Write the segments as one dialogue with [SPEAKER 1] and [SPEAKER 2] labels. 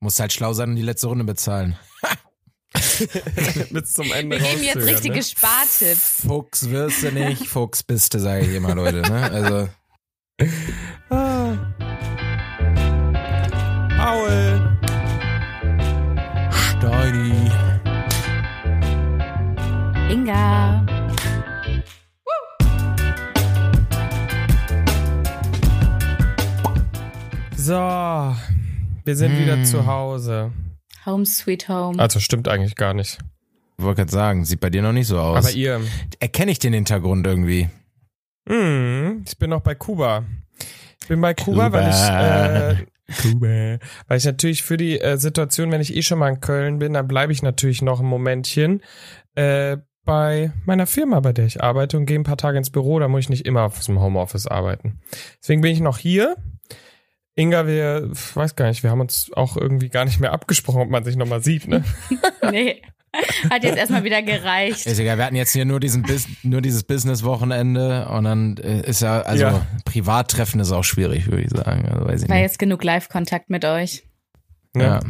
[SPEAKER 1] Muss halt schlau sein und die letzte Runde bezahlen.
[SPEAKER 2] Bis zum Ende
[SPEAKER 3] Wir geben jetzt
[SPEAKER 2] rauszögern,
[SPEAKER 3] richtige
[SPEAKER 2] ne?
[SPEAKER 3] Spartipps.
[SPEAKER 1] Fuchs wirst du nicht, Fuchs bist du, sage ich immer, Leute. Ne? Also,
[SPEAKER 2] ne? Paul,
[SPEAKER 1] Steini.
[SPEAKER 3] Inga.
[SPEAKER 2] so, wir sind wieder zu Hause.
[SPEAKER 3] Home sweet home.
[SPEAKER 2] Also stimmt eigentlich gar nicht.
[SPEAKER 1] Wollte gerade sagen, sieht bei dir noch nicht so aus.
[SPEAKER 2] Aber ihr,
[SPEAKER 1] Erkenne ich den Hintergrund irgendwie?
[SPEAKER 2] mm, ich bin noch bei Kuba. Ich bin bei Kuba,
[SPEAKER 1] Kuba.
[SPEAKER 2] weil ich äh, Kuba, weil ich natürlich für die äh, Situation, wenn ich eh schon mal in Köln bin, dann bleibe ich natürlich noch ein Momentchen äh, bei meiner Firma, bei der ich arbeite und gehe ein paar Tage ins Büro. Da muss ich nicht immer aus dem Homeoffice arbeiten. Deswegen bin ich noch hier. Inga, wir, ich weiß gar nicht, wir haben uns auch irgendwie gar nicht mehr abgesprochen, ob man sich nochmal sieht, ne?
[SPEAKER 3] Nee. Hat jetzt erstmal wieder gereicht.
[SPEAKER 1] Ist egal, wir hatten jetzt hier nur, diesen Bus nur dieses Business-Wochenende und dann äh, ist ja, also
[SPEAKER 2] Ja.
[SPEAKER 1] Privattreffen ist auch schwierig, würde ich sagen. Also, weiß ich
[SPEAKER 3] War
[SPEAKER 1] nicht.
[SPEAKER 3] jetzt genug Live-Kontakt mit euch.
[SPEAKER 2] Ne?
[SPEAKER 1] Ja.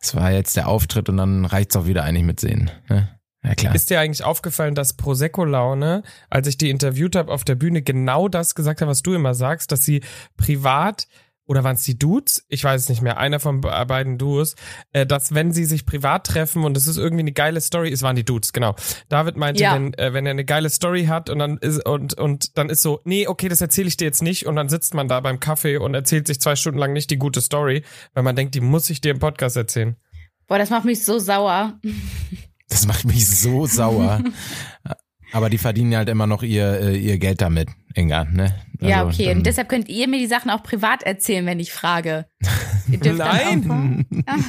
[SPEAKER 1] Es war jetzt der Auftritt und dann reicht's auch wieder eigentlich mit sehen. Ne? Ja klar.
[SPEAKER 2] Ist dir eigentlich aufgefallen, dass Prosecco-Laune, als ich die interviewt habe auf der Bühne, genau das gesagt hat, was du immer sagst, dass sie privat oder waren es die Dudes? Ich weiß es nicht mehr. Einer von be- beiden Duos, äh, dass wenn sie sich privat treffen und es ist irgendwie eine geile Story, es waren die Dudes, genau. David meinte,
[SPEAKER 3] Ja.
[SPEAKER 2] wenn, äh, wenn er eine geile Story hat und dann ist und und dann ist so, nee, okay, das erzähle ich dir jetzt nicht und dann sitzt man da beim Kaffee und erzählt sich zwei Stunden lang nicht die gute Story, weil man denkt, die muss ich dir im Podcast erzählen.
[SPEAKER 3] Boah, das macht mich so sauer.
[SPEAKER 1] Das macht mich so sauer. Aber die verdienen halt immer noch ihr, äh, ihr Geld damit, Inga, ne?
[SPEAKER 3] ja,
[SPEAKER 1] Also,
[SPEAKER 3] okay.
[SPEAKER 1] dann-
[SPEAKER 3] Und deshalb könnt ihr mir die Sachen auch privat erzählen, wenn ich frage. Ihr dürft
[SPEAKER 2] Nein.
[SPEAKER 3] Dann auch,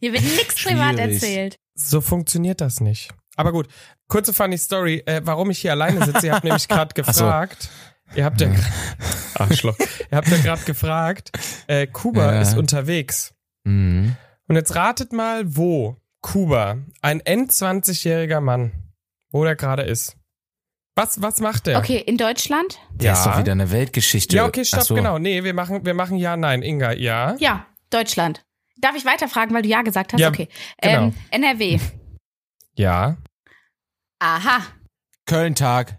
[SPEAKER 3] hier wird nichts privat
[SPEAKER 1] Schwierig.
[SPEAKER 3] erzählt.
[SPEAKER 2] So funktioniert das nicht. Aber gut, kurze funny Story, äh, warum ich hier alleine sitze. Ihr habt nämlich gerade gefragt. Ihr habt ja, Arschloch. Ihr habt ja gerade gefragt. Äh, Kuba
[SPEAKER 1] Ja.
[SPEAKER 2] ist unterwegs.
[SPEAKER 1] Mhm.
[SPEAKER 2] Und jetzt ratet mal, wo Kuba, ein End-20-jähriger Mann, wo der gerade ist. Was, was macht der?
[SPEAKER 3] Okay, in Deutschland?
[SPEAKER 1] Der
[SPEAKER 2] Ja.
[SPEAKER 1] ist doch wieder eine Weltgeschichte.
[SPEAKER 2] Ja, okay, stopp,
[SPEAKER 1] Ach so.
[SPEAKER 2] genau. Nee, wir machen, wir machen ja, nein, Inga, ja.
[SPEAKER 3] Ja, Deutschland. Darf ich weiterfragen, weil du ja gesagt hast?
[SPEAKER 2] Ja,
[SPEAKER 3] okay.
[SPEAKER 2] genau.
[SPEAKER 3] Ähm, NRW.
[SPEAKER 2] Ja.
[SPEAKER 3] Aha.
[SPEAKER 1] Köln-Tag.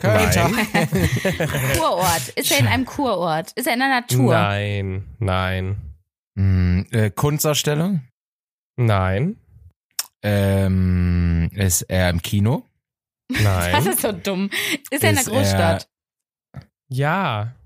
[SPEAKER 1] Köln-Tag.
[SPEAKER 3] Kurort. Ist er in einem Kurort? Ist er in der Natur?
[SPEAKER 2] Nein, nein,
[SPEAKER 1] Mhm. Äh, Kunstausstellung.
[SPEAKER 2] nein,
[SPEAKER 1] Ähm, ist er im Kino?
[SPEAKER 3] Das
[SPEAKER 2] nein.
[SPEAKER 3] ist so dumm. Ist er in der
[SPEAKER 1] Ist er-
[SPEAKER 3] Großstadt?
[SPEAKER 2] Ja.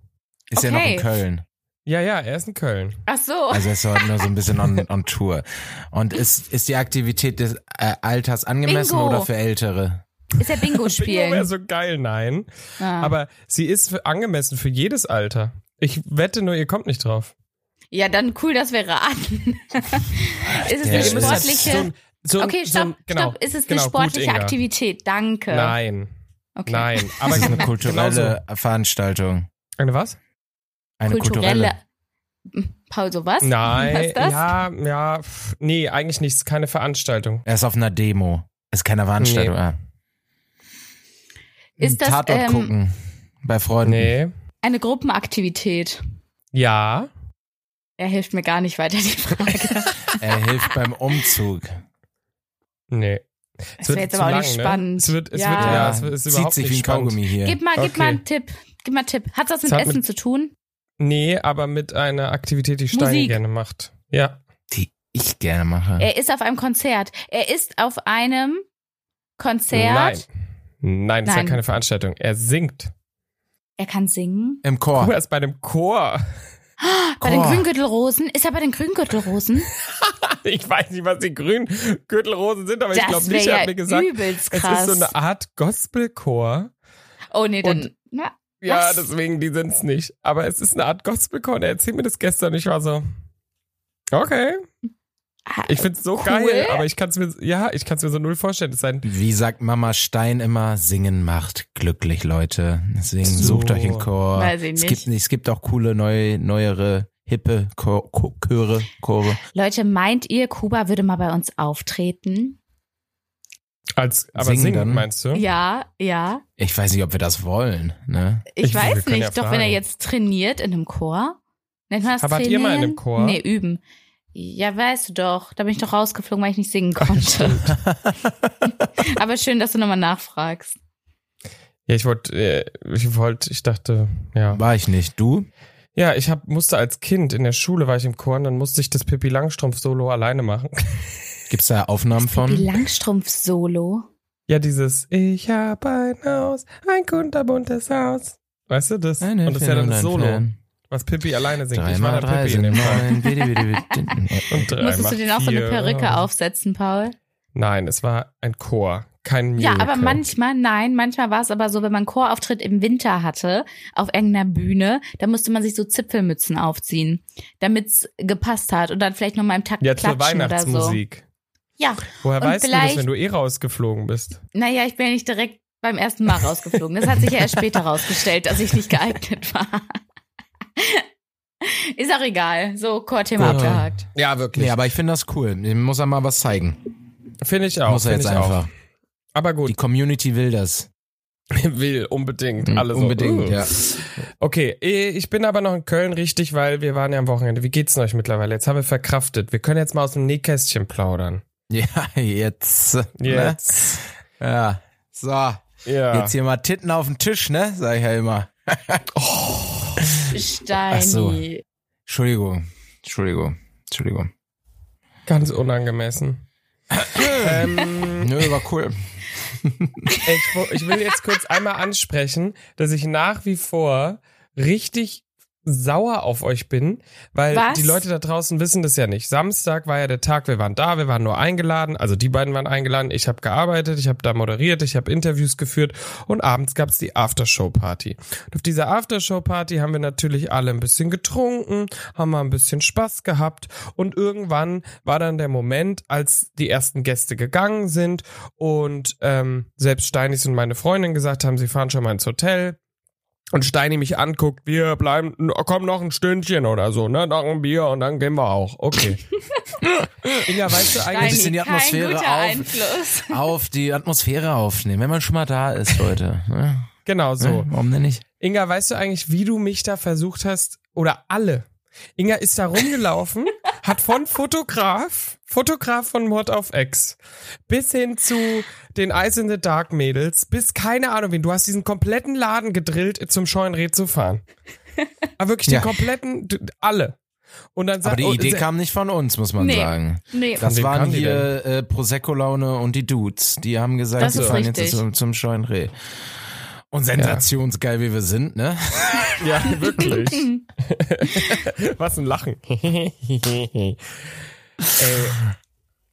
[SPEAKER 1] Ist er noch in
[SPEAKER 3] Okay.
[SPEAKER 1] Köln?
[SPEAKER 2] Ja, ja, er ist in Köln.
[SPEAKER 3] Ach so.
[SPEAKER 1] Also ist er heute nur so ein bisschen on, on Tour. Und ist, ist die Aktivität des äh, Alters angemessen
[SPEAKER 3] Bingo.
[SPEAKER 1] oder für Ältere?
[SPEAKER 3] Ist er
[SPEAKER 2] Bingo
[SPEAKER 3] Bingo
[SPEAKER 2] wäre
[SPEAKER 3] spielen?
[SPEAKER 2] so geil, nein.
[SPEAKER 3] Ah.
[SPEAKER 2] Aber sie ist für angemessen für jedes Alter. Ich wette nur, ihr kommt nicht drauf.
[SPEAKER 3] Ja, dann cool, dass wir raten. ist es
[SPEAKER 1] Der
[SPEAKER 3] eine
[SPEAKER 1] ist- halt
[SPEAKER 2] So
[SPEAKER 3] sportliche.
[SPEAKER 2] ein- so ein-
[SPEAKER 3] Okay,
[SPEAKER 2] so ein-
[SPEAKER 3] stopp,
[SPEAKER 2] genau,
[SPEAKER 3] stopp. Ist es eine
[SPEAKER 2] genau,
[SPEAKER 3] sportliche
[SPEAKER 2] gut, Inga.
[SPEAKER 3] Aktivität? Danke.
[SPEAKER 2] Nein,
[SPEAKER 3] okay.
[SPEAKER 2] nein. Aber
[SPEAKER 1] Das ist eine
[SPEAKER 2] genau so.
[SPEAKER 1] kulturelle Veranstaltung.
[SPEAKER 2] Eine was?
[SPEAKER 1] Eine kulturelle.
[SPEAKER 3] Paul, sowas?
[SPEAKER 2] Nein.
[SPEAKER 3] Was ist das?
[SPEAKER 2] Ja, ja, pff, nee, eigentlich nichts, keine Veranstaltung.
[SPEAKER 1] Er ist auf einer Demo. Ist keine Veranstaltung.
[SPEAKER 2] Nee.
[SPEAKER 1] Ah.
[SPEAKER 3] Ist das,
[SPEAKER 1] Tatort
[SPEAKER 3] ähm,
[SPEAKER 1] gucken. Bei Freunden.
[SPEAKER 2] Nee.
[SPEAKER 3] Eine Gruppenaktivität.
[SPEAKER 2] Ja.
[SPEAKER 3] Er hilft mir gar nicht weiter, die Frage.
[SPEAKER 1] Er hilft beim Umzug.
[SPEAKER 2] Nee.
[SPEAKER 3] Das wäre jetzt aber auch nicht spannend.
[SPEAKER 2] Ne? Es wird, es
[SPEAKER 3] Ja.
[SPEAKER 2] wird, ja, es wird, es ist
[SPEAKER 1] zieht
[SPEAKER 2] überhaupt
[SPEAKER 1] sich
[SPEAKER 2] nicht
[SPEAKER 1] wie ein
[SPEAKER 2] spannend.
[SPEAKER 1] Kaugummi hier.
[SPEAKER 3] Gib mal, gib
[SPEAKER 2] Okay.
[SPEAKER 3] mal einen Tipp. Gib mal einen Tipp. Hat das mit
[SPEAKER 2] Es hat
[SPEAKER 3] Essen
[SPEAKER 2] mit-
[SPEAKER 3] zu tun?
[SPEAKER 2] Nee, aber mit einer Aktivität, die Steini
[SPEAKER 3] Musik.
[SPEAKER 2] gerne macht. Ja.
[SPEAKER 1] die ich gerne mache.
[SPEAKER 3] Er ist auf einem Konzert. Er ist auf einem Konzert.
[SPEAKER 2] Nein. Nein, das ist
[SPEAKER 3] Nein.
[SPEAKER 2] ja keine Veranstaltung. Er singt.
[SPEAKER 3] Er kann singen.
[SPEAKER 1] Im Chor.
[SPEAKER 2] Kuba ist bei einem Chor.
[SPEAKER 3] Bei den
[SPEAKER 1] Chor.
[SPEAKER 3] Grüngürtelrosen. Ist er bei den Grüngürtelrosen?
[SPEAKER 2] Ich weiß nicht, was die grünen Gürtelrosen sind, aber ich glaube
[SPEAKER 3] Das
[SPEAKER 2] nicht.
[SPEAKER 3] wäre
[SPEAKER 2] Er
[SPEAKER 3] ja
[SPEAKER 2] hat mir gesagt,
[SPEAKER 3] übelst
[SPEAKER 2] es
[SPEAKER 3] krass.
[SPEAKER 2] ist so eine Art Gospelchor.
[SPEAKER 3] oh nee, dann.
[SPEAKER 2] Und-
[SPEAKER 3] Na,
[SPEAKER 2] Ja,
[SPEAKER 3] Was?
[SPEAKER 2] deswegen, die sind's nicht. Aber es ist eine Art Gospelchor und er erzählt mir das gestern. Ich war so, okay.
[SPEAKER 3] ah,
[SPEAKER 2] Ich find's so
[SPEAKER 3] Cool.
[SPEAKER 2] geil, aber ich kann's mir, ja, ich kann's mir so null vorstellen. Es sei denn,
[SPEAKER 1] Wie sagt Mama Stein immer, Singen macht glücklich, Leute. Deswegen
[SPEAKER 2] So.
[SPEAKER 1] sucht euch einen Chor.
[SPEAKER 3] Weiß ich
[SPEAKER 1] es,
[SPEAKER 3] nicht.
[SPEAKER 1] gibt, es gibt auch coole, neue, neuere, hippe Chor, Chor- Chöre, Chore.
[SPEAKER 3] Leute, meint ihr, Kuba würde mal bei uns auftreten?
[SPEAKER 2] als, aber
[SPEAKER 1] Singen
[SPEAKER 2] singen,
[SPEAKER 1] dann?
[SPEAKER 2] meinst du?
[SPEAKER 3] Ja, ja.
[SPEAKER 1] Ich weiß nicht, ob wir das wollen. Ne?
[SPEAKER 3] Ich,
[SPEAKER 2] Ich- wir
[SPEAKER 3] weiß
[SPEAKER 2] können
[SPEAKER 3] nicht.
[SPEAKER 2] ja
[SPEAKER 3] Doch wenn er
[SPEAKER 2] fragen.
[SPEAKER 3] jetzt trainiert in einem Chor, nennt man das
[SPEAKER 2] Aber wart ihr
[SPEAKER 3] trainieren?
[SPEAKER 2] mal in einem Chor?
[SPEAKER 3] Nee, üben. Ja, weißt du doch. Da bin ich doch rausgeflogen, weil ich nicht singen konnte. Aber schön, dass du nochmal nachfragst.
[SPEAKER 2] Ja, ich wollte, äh, ich wollte, ich dachte, ja.
[SPEAKER 1] War ich nicht. Du?
[SPEAKER 2] Ja, ich hab, musste als Kind, in der Schule war ich im Chor und dann musste ich das Pippi Langstrumpf-Solo alleine machen.
[SPEAKER 1] Gibt's da Aufnahmen
[SPEAKER 3] Wie
[SPEAKER 1] von?
[SPEAKER 3] Langstrumpf-Solo.
[SPEAKER 2] Ja, dieses Ich hab ein Haus, ein kunterbuntes Haus. Weißt du, das, und das ist ja dann das Solo, was Pippi alleine singt. ich
[SPEAKER 1] Dreimal
[SPEAKER 2] war da
[SPEAKER 1] drei
[SPEAKER 2] Pippi in
[SPEAKER 1] sind
[SPEAKER 2] dem Fall.
[SPEAKER 1] neun. Bitte, bitte, bitte.
[SPEAKER 2] Und drei
[SPEAKER 3] Musstest
[SPEAKER 2] macht
[SPEAKER 3] du den auch so eine
[SPEAKER 2] vier.
[SPEAKER 3] Perücke aufsetzen, Paul?
[SPEAKER 2] Nein, es war ein Chor, kein Musical.
[SPEAKER 3] Ja, aber manchmal, nein, manchmal war es aber so, wenn man Chorauftritt im Winter hatte, auf irgendeiner Bühne, da musste man sich so Zipfelmützen aufziehen, damit's gepasst hat und dann vielleicht noch mal im Takt
[SPEAKER 2] Ja, zur
[SPEAKER 3] klatschen oder so.
[SPEAKER 2] Weihnachtsmusik.
[SPEAKER 3] Ja,
[SPEAKER 2] Woher
[SPEAKER 3] Und
[SPEAKER 2] weißt du das,
[SPEAKER 3] vielleicht-
[SPEAKER 2] wenn du eh rausgeflogen bist?
[SPEAKER 3] naja, ich bin ja nicht direkt beim ersten Mal rausgeflogen. Das hat sich ja erst später rausgestellt, dass ich nicht geeignet war. Ist auch egal. So, Core-Thema
[SPEAKER 1] Gut.
[SPEAKER 3] abgehakt.
[SPEAKER 2] Ja, wirklich.
[SPEAKER 1] Nee, aber ich finde das cool. Ich muss er mal was zeigen.
[SPEAKER 2] Finde ich auch.
[SPEAKER 1] muss er
[SPEAKER 2] Finde
[SPEAKER 1] jetzt
[SPEAKER 2] ich
[SPEAKER 1] einfach.
[SPEAKER 2] auch. Aber
[SPEAKER 1] Die
[SPEAKER 2] gut,
[SPEAKER 1] Community will das.
[SPEAKER 2] will unbedingt alles
[SPEAKER 1] Mhm, Unbedingt, ja.
[SPEAKER 2] Okay, eh, ich bin aber noch in Köln richtig, weil wir waren ja am Wochenende. Wie geht's denn euch mittlerweile? Jetzt haben wir verkraftet. Wir können jetzt mal aus dem Nähkästchen plaudern.
[SPEAKER 1] Ja, jetzt. Ne?
[SPEAKER 2] Jetzt.
[SPEAKER 1] Ja. So.
[SPEAKER 2] Ja.
[SPEAKER 1] Jetzt hier mal Titten auf den Tisch, ne? Sag ich ja immer.
[SPEAKER 3] Steini.
[SPEAKER 1] Ach so. Entschuldigung. Entschuldigung. Entschuldigung.
[SPEAKER 2] Ganz unangemessen. ähm,
[SPEAKER 1] Nö, war cool.
[SPEAKER 2] ich, wo- ich will jetzt kurz einmal ansprechen, dass ich nach wie vor richtig sauer auf euch bin, weil
[SPEAKER 3] Was?
[SPEAKER 2] die Leute da draußen wissen das ja nicht. Samstag war ja der Tag, wir waren da, wir waren nur eingeladen, also die beiden waren eingeladen, ich habe gearbeitet, ich habe da moderiert, ich habe Interviews geführt und abends gab's die Aftershow-Party. Und auf dieser Aftershow-Party haben wir natürlich alle ein bisschen getrunken, haben mal ein bisschen Spaß gehabt und irgendwann war dann der Moment, als die ersten Gäste gegangen sind und ähm, selbst Steinis und meine Freundin gesagt haben, sie fahren schon mal ins Hotel. Und Steini mich anguckt, wir bleiben, komm noch ein Stündchen oder so, ne, noch ein Bier und dann gehen wir auch. Okay. Inga, weißt du
[SPEAKER 1] Ein
[SPEAKER 2] eigentlich,
[SPEAKER 1] bisschen
[SPEAKER 3] Steini,
[SPEAKER 1] die Atmosphäre
[SPEAKER 3] kein guter
[SPEAKER 1] auf.
[SPEAKER 3] Einfluss.
[SPEAKER 1] Auf die Atmosphäre aufnehmen, wenn man schon mal da ist, Leute. Ne?
[SPEAKER 2] genau so.
[SPEAKER 1] Ne? Warum denn nicht?
[SPEAKER 2] Inga, weißt du eigentlich, wie du mich da versucht hast? Oder alle. Inga ist da rumgelaufen, hat von Fotograf, Fotograf von Mord auf Ex, bis hin zu den Eyes in the Dark Mädels, bis keine Ahnung wen. Du hast diesen kompletten Laden gedrillt, zum Scheunenred zu fahren. Aber wirklich
[SPEAKER 1] Ja.
[SPEAKER 2] den kompletten, d- alle. Und dann
[SPEAKER 1] Aber
[SPEAKER 2] sagt
[SPEAKER 1] die
[SPEAKER 2] oh,
[SPEAKER 1] Idee
[SPEAKER 2] se-
[SPEAKER 1] kam nicht von uns, muss man
[SPEAKER 3] Nee.
[SPEAKER 1] sagen.
[SPEAKER 3] Nee,
[SPEAKER 1] Das
[SPEAKER 2] wem
[SPEAKER 1] waren
[SPEAKER 2] kam die
[SPEAKER 1] hier äh, Prosecco-Laune und die Dudes. Die haben gesagt,
[SPEAKER 3] Das
[SPEAKER 1] wir
[SPEAKER 3] ist
[SPEAKER 1] fahren jetzt
[SPEAKER 3] richtig.
[SPEAKER 1] zum, zum scheuen Reh. Und sensationsgeil, wie wir sind, ne?
[SPEAKER 2] Ja, wirklich. Was ein Lachen. Ey.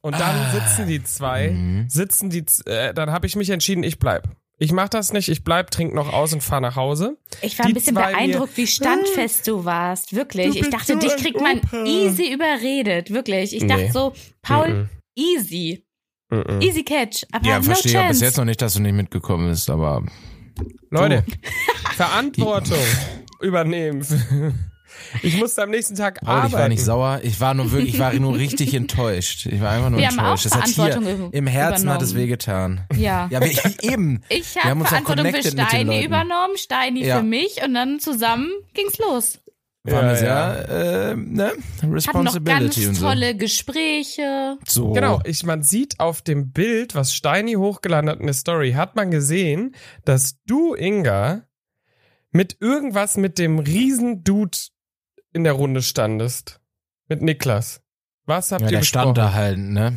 [SPEAKER 2] Und
[SPEAKER 1] Ah.
[SPEAKER 2] dann sitzen die zwei,
[SPEAKER 1] Mhm.
[SPEAKER 2] sitzen die, z- äh, dann habe ich mich entschieden, ich bleib. Ich mach das nicht, ich bleib, trink noch aus und fahr nach Hause.
[SPEAKER 3] Ich war
[SPEAKER 2] Die
[SPEAKER 3] ein bisschen
[SPEAKER 2] zwei mir-
[SPEAKER 3] beeindruckt, wie standfest du warst,
[SPEAKER 2] Du
[SPEAKER 3] wirklich. Ich
[SPEAKER 2] bist
[SPEAKER 3] dachte,
[SPEAKER 2] so
[SPEAKER 3] dich
[SPEAKER 2] ein
[SPEAKER 3] kriegt man
[SPEAKER 2] Opa.
[SPEAKER 3] easy überredet, wirklich. Ich dachte
[SPEAKER 2] Nee.
[SPEAKER 3] so, Paul,
[SPEAKER 2] Mhm.
[SPEAKER 3] easy,
[SPEAKER 2] Mhm.
[SPEAKER 3] easy catch, aber
[SPEAKER 1] Ja,
[SPEAKER 3] no
[SPEAKER 1] verstehe ja
[SPEAKER 3] chance.
[SPEAKER 1] bis jetzt noch nicht, dass du nicht mitgekommen bist, aber
[SPEAKER 2] Leute, Verantwortung übernehmen. Ich musste am nächsten Tag
[SPEAKER 1] Paul,
[SPEAKER 2] arbeiten.
[SPEAKER 1] ich war nicht sauer, ich war nur wirklich, ich war nur richtig enttäuscht. Ich war einfach nur
[SPEAKER 3] Wir haben
[SPEAKER 1] enttäuscht.
[SPEAKER 3] auch
[SPEAKER 1] das hat
[SPEAKER 3] Verantwortung
[SPEAKER 1] hier
[SPEAKER 3] üb-
[SPEAKER 1] im Herzen hat es
[SPEAKER 3] übernommen.
[SPEAKER 1] wehgetan.
[SPEAKER 3] ja.
[SPEAKER 1] Ja, wir, eben.
[SPEAKER 3] Ich
[SPEAKER 1] Wir
[SPEAKER 3] habe
[SPEAKER 1] haben uns auch
[SPEAKER 3] Verantwortung für
[SPEAKER 1] connected mit den
[SPEAKER 3] Steini
[SPEAKER 1] Leuten.
[SPEAKER 3] übernommen, Steini
[SPEAKER 1] Ja.
[SPEAKER 3] für mich und dann zusammen ging's los.
[SPEAKER 1] War eine
[SPEAKER 2] Ja,
[SPEAKER 1] sehr
[SPEAKER 2] ja.
[SPEAKER 1] Äh, ne?
[SPEAKER 3] Hatten noch ganz
[SPEAKER 1] Responsibility und so.
[SPEAKER 3] tolle Gespräche.
[SPEAKER 1] so.
[SPEAKER 2] Genau, ich, man sieht auf dem Bild, was Steini hochgeladen hat in der Story, hat man gesehen, dass du, Inga, mit irgendwas mit dem Riesendude in der Runde standest. Mit Niklas. Was habt
[SPEAKER 1] Ja,
[SPEAKER 2] ihr
[SPEAKER 1] der
[SPEAKER 2] besprochen?
[SPEAKER 1] stand da halt, ne?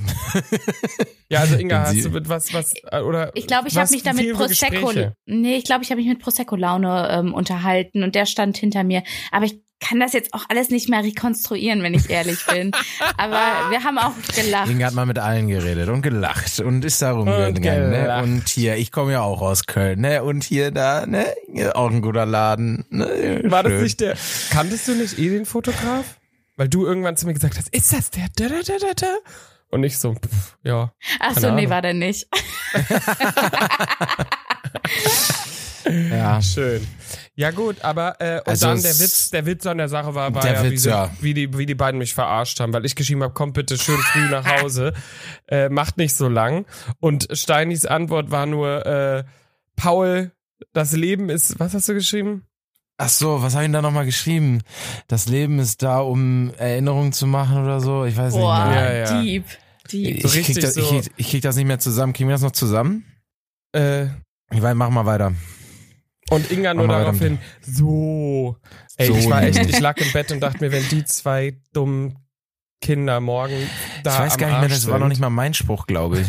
[SPEAKER 2] Ja, also Inga,
[SPEAKER 1] Wenn
[SPEAKER 2] hast
[SPEAKER 1] sie-
[SPEAKER 2] du mit was, was, äh, oder?
[SPEAKER 3] Ich glaube, ich
[SPEAKER 2] was
[SPEAKER 3] habe mich
[SPEAKER 2] für
[SPEAKER 3] damit Prosecco.
[SPEAKER 2] Gespräche?
[SPEAKER 3] Nee, ich glaube, ich habe mich mit Prosecco Laune ähm, unterhalten und der stand hinter mir, aber ich kann das jetzt auch alles nicht mehr rekonstruieren, wenn ich ehrlich bin. Aber wir haben auch gelacht.
[SPEAKER 1] Inge hat mal mit allen geredet und gelacht und ist da rumgegangen, ne?
[SPEAKER 2] gelacht.
[SPEAKER 1] Und hier, ich komme ja auch aus Köln, ne? Und hier da, ne? Hier Auch ein guter Laden. Ne?
[SPEAKER 2] War das
[SPEAKER 1] Schön.
[SPEAKER 2] nicht der, kanntest du nicht eh den Fotograf? Weil du irgendwann zu mir gesagt hast, ist das der? Da, da, da, da, da? Und ich so, pff, ja.
[SPEAKER 3] Ach so,
[SPEAKER 2] Keine
[SPEAKER 3] nee,
[SPEAKER 2] Ahnung.
[SPEAKER 3] war der nicht.
[SPEAKER 1] Ja.
[SPEAKER 2] Schön. Ja gut, aber äh, und
[SPEAKER 1] Ah. Also
[SPEAKER 2] dann der
[SPEAKER 1] es-
[SPEAKER 2] Witz, der Witz an der Sache war, war
[SPEAKER 1] Der
[SPEAKER 2] ja, wie,
[SPEAKER 1] Witz,
[SPEAKER 2] sie,
[SPEAKER 1] ja.
[SPEAKER 2] Wie, die, wie die beiden mich verarscht haben, weil ich geschrieben habe, kommt bitte schön früh nach Hause, äh, macht nicht so lang. Und Steinis Antwort war nur, äh, Paul, das Leben ist, was hast du geschrieben?
[SPEAKER 1] Ach so, was habe ich denn da nochmal geschrieben? Das Leben ist da, um Erinnerungen zu machen oder so. Ich weiß
[SPEAKER 3] Boah,
[SPEAKER 1] nicht mehr. Äh,
[SPEAKER 2] Ja, ja.
[SPEAKER 3] deep, deep.
[SPEAKER 2] So
[SPEAKER 1] ich, krieg
[SPEAKER 2] richtig
[SPEAKER 1] das, ich,
[SPEAKER 2] so-
[SPEAKER 1] krieg- ich krieg das nicht mehr zusammen. Kriegen wir das noch zusammen?
[SPEAKER 2] Äh,
[SPEAKER 1] Ich weiß, mach mal weiter.
[SPEAKER 2] und Inga nur
[SPEAKER 1] Mach mal
[SPEAKER 2] darauf
[SPEAKER 1] weiter.
[SPEAKER 2] hin, so. Ey,
[SPEAKER 1] So
[SPEAKER 2] ich war echt,
[SPEAKER 1] nämlich.
[SPEAKER 2] ich lag im Bett und dachte mir, wenn die zwei dummen Kinder morgen da
[SPEAKER 1] ich weiß
[SPEAKER 2] am
[SPEAKER 1] gar nicht mehr,
[SPEAKER 2] Arsch
[SPEAKER 1] das war
[SPEAKER 2] sind.
[SPEAKER 1] noch nicht mal mein Spruch, glaube ich.